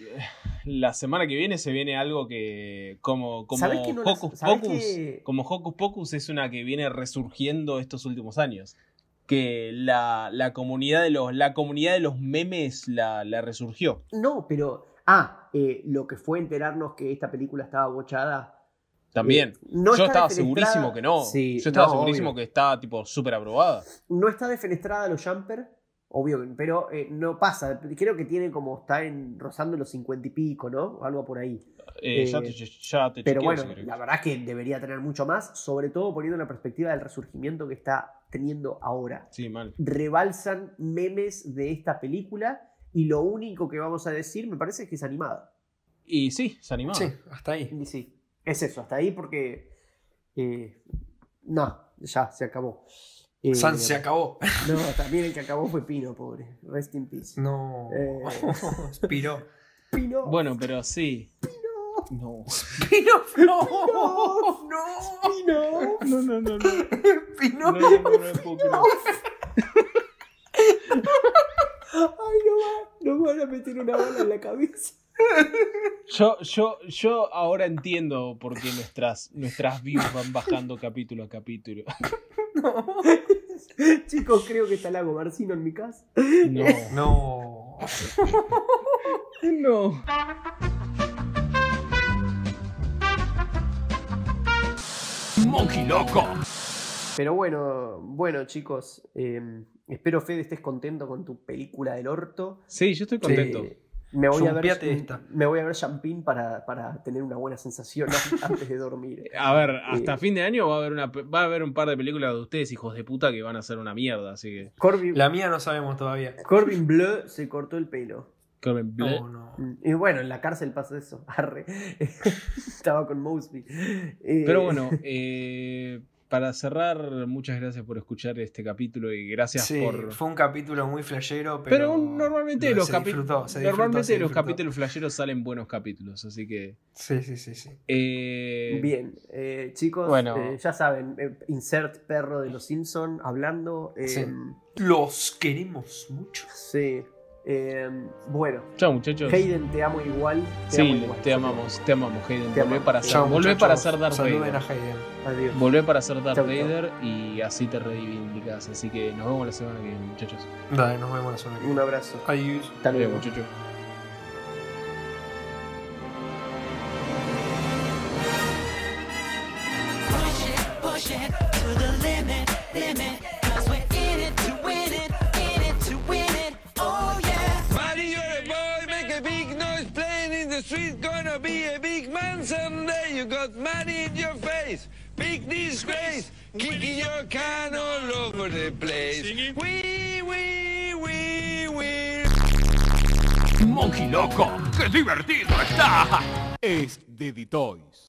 [SPEAKER 1] la semana que viene se viene algo que como, como
[SPEAKER 3] ¿Sabés que no las-
[SPEAKER 1] Hocus
[SPEAKER 3] sabés
[SPEAKER 1] Pocus,
[SPEAKER 3] que-
[SPEAKER 1] como Hocus Pocus es una que viene resurgiendo estos últimos años. Que la, la comunidad de los, la comunidad de los memes la, la resurgió.
[SPEAKER 3] No, pero. Ah, eh, lo que fue enterarnos que esta película estaba bochada.
[SPEAKER 1] También.
[SPEAKER 3] eh, no
[SPEAKER 1] Yo estaba
[SPEAKER 3] está defenestrada-
[SPEAKER 1] segurísimo que no.
[SPEAKER 3] Sí,
[SPEAKER 1] Yo estaba
[SPEAKER 3] no,
[SPEAKER 1] segurísimo
[SPEAKER 3] obvio.
[SPEAKER 1] que estaba tipo súper aprobada.
[SPEAKER 3] No está defenestrada los jumper, obvio, pero eh, no pasa. Creo que tiene como está en rozando los cincuenta y pico, ¿no? O Algo por ahí.
[SPEAKER 1] Eh,
[SPEAKER 3] Eh,
[SPEAKER 1] ya te, ya te chequeo
[SPEAKER 3] Pero bueno,
[SPEAKER 1] si querés.
[SPEAKER 3] la verdad es que debería tener mucho más, sobre todo poniendo en la perspectiva del resurgimiento que está teniendo ahora.
[SPEAKER 1] Sí, mal.
[SPEAKER 3] Rebalsan memes de esta película y lo único que vamos a decir me parece es que es animada.
[SPEAKER 1] Y sí, se animaba.
[SPEAKER 2] Sí, hasta ahí.
[SPEAKER 3] Y sí, es eso, hasta ahí porque... eh, no, ya, se acabó. Eh,
[SPEAKER 2] San se
[SPEAKER 3] [LAUGHS]
[SPEAKER 2] acabó.
[SPEAKER 3] No, también el que acabó fue Pino, pobre. Rest in peace.
[SPEAKER 2] [LAUGHS] No.
[SPEAKER 3] Eh. [LAUGHS]
[SPEAKER 2] Piró.
[SPEAKER 3] Pino.
[SPEAKER 1] Bueno, pero sí. No.
[SPEAKER 2] Piró, no.
[SPEAKER 3] Piró.
[SPEAKER 2] No.
[SPEAKER 3] Pino.
[SPEAKER 1] No, no, no, no.
[SPEAKER 2] Piró.
[SPEAKER 1] No, no, no, no, puedo creer.
[SPEAKER 3] Ay, no va, nos van a meter una bala en la cabeza. [LAUGHS]
[SPEAKER 1] Yo, yo, yo ahora entiendo por qué nuestras, nuestras views van bajando capítulo a
[SPEAKER 2] [LAUGHS]
[SPEAKER 1] capítulo.
[SPEAKER 3] Chicos, creo que está Lago Marcino en mi casa.
[SPEAKER 1] No,
[SPEAKER 2] No.
[SPEAKER 1] no.
[SPEAKER 3] Pero bueno, bueno, chicos. eh, espero, Fede, estés contento con tu película del orto.
[SPEAKER 1] Sí, yo estoy contento.
[SPEAKER 3] Eh, me, voy a ver,
[SPEAKER 2] Chumpiate esta.
[SPEAKER 3] me voy a ver champín para, para tener una
[SPEAKER 1] [LAUGHS]
[SPEAKER 3] buena sensación antes de dormir.
[SPEAKER 1] A ver, hasta fin de año va a haber una va a haber un par de películas de ustedes, hijos de puta, que van a ser una mierda, así que.
[SPEAKER 3] Corbin,
[SPEAKER 2] La mía no sabemos todavía.
[SPEAKER 3] Corbin Bleu se cortó el pelo.
[SPEAKER 1] Carmen Ble-
[SPEAKER 2] No, no.
[SPEAKER 3] Mm, Y bueno, en la cárcel pasa eso. [LAUGHS] Arre. Estaba con Mosby. Eh,
[SPEAKER 1] Pero bueno, eh, para cerrar, muchas gracias por escuchar este capítulo y gracias
[SPEAKER 2] Sí,
[SPEAKER 1] por.
[SPEAKER 2] fue un capítulo muy flashero, pero.
[SPEAKER 1] Pero un- normalmente
[SPEAKER 2] pero
[SPEAKER 1] los
[SPEAKER 2] se
[SPEAKER 1] capi-
[SPEAKER 2] disfrutó, se disfrutó,
[SPEAKER 1] Normalmente los
[SPEAKER 2] se disfrutó.
[SPEAKER 1] capítulos flasheros salen buenos capítulos, así que.
[SPEAKER 2] Sí, sí, sí. sí.
[SPEAKER 1] eh,
[SPEAKER 3] Bien, eh, chicos,
[SPEAKER 1] Bueno.
[SPEAKER 3] eh, ya saben, eh, insert perro de los Simpson hablando. eh,
[SPEAKER 2] Sí. Los queremos mucho.
[SPEAKER 3] sí. Eh, bueno,
[SPEAKER 1] Chao, muchachos.
[SPEAKER 3] Hayden, te amo igual. Te amo
[SPEAKER 1] sí,
[SPEAKER 3] igual.
[SPEAKER 1] te amamos, te amamos, Hayden.
[SPEAKER 3] Te
[SPEAKER 1] volvé
[SPEAKER 3] amamos.
[SPEAKER 1] para ser,
[SPEAKER 2] Chao,
[SPEAKER 1] volvé
[SPEAKER 2] muchachos.
[SPEAKER 1] para ser Darth
[SPEAKER 2] Saluden
[SPEAKER 1] Vader.
[SPEAKER 2] a Hayden.
[SPEAKER 3] Adiós.
[SPEAKER 1] Volvé para ser Darth
[SPEAKER 3] Chau, chau.
[SPEAKER 1] Vader y así te reivindicas. Así que nos vemos la semana que viene, muchachos.
[SPEAKER 2] Dale, nos vemos la semana que
[SPEAKER 3] Un abrazo.
[SPEAKER 2] viene. Adiós.
[SPEAKER 3] Hasta
[SPEAKER 1] Adiós,
[SPEAKER 3] luego.
[SPEAKER 1] muchachos.
[SPEAKER 8] push it to the limit, limit. Cause we're in it to win it, in it to win it. Oh yeah.
[SPEAKER 9] Buddy, you're a boy, make a big noise, playing in the street, gonna be a big man someday. You got money in your face, big disgrace, kicking your can all over the place. We, we, we, we.
[SPEAKER 10] Monkey Loco. ¡Qué divertido está! Es de Ditoys.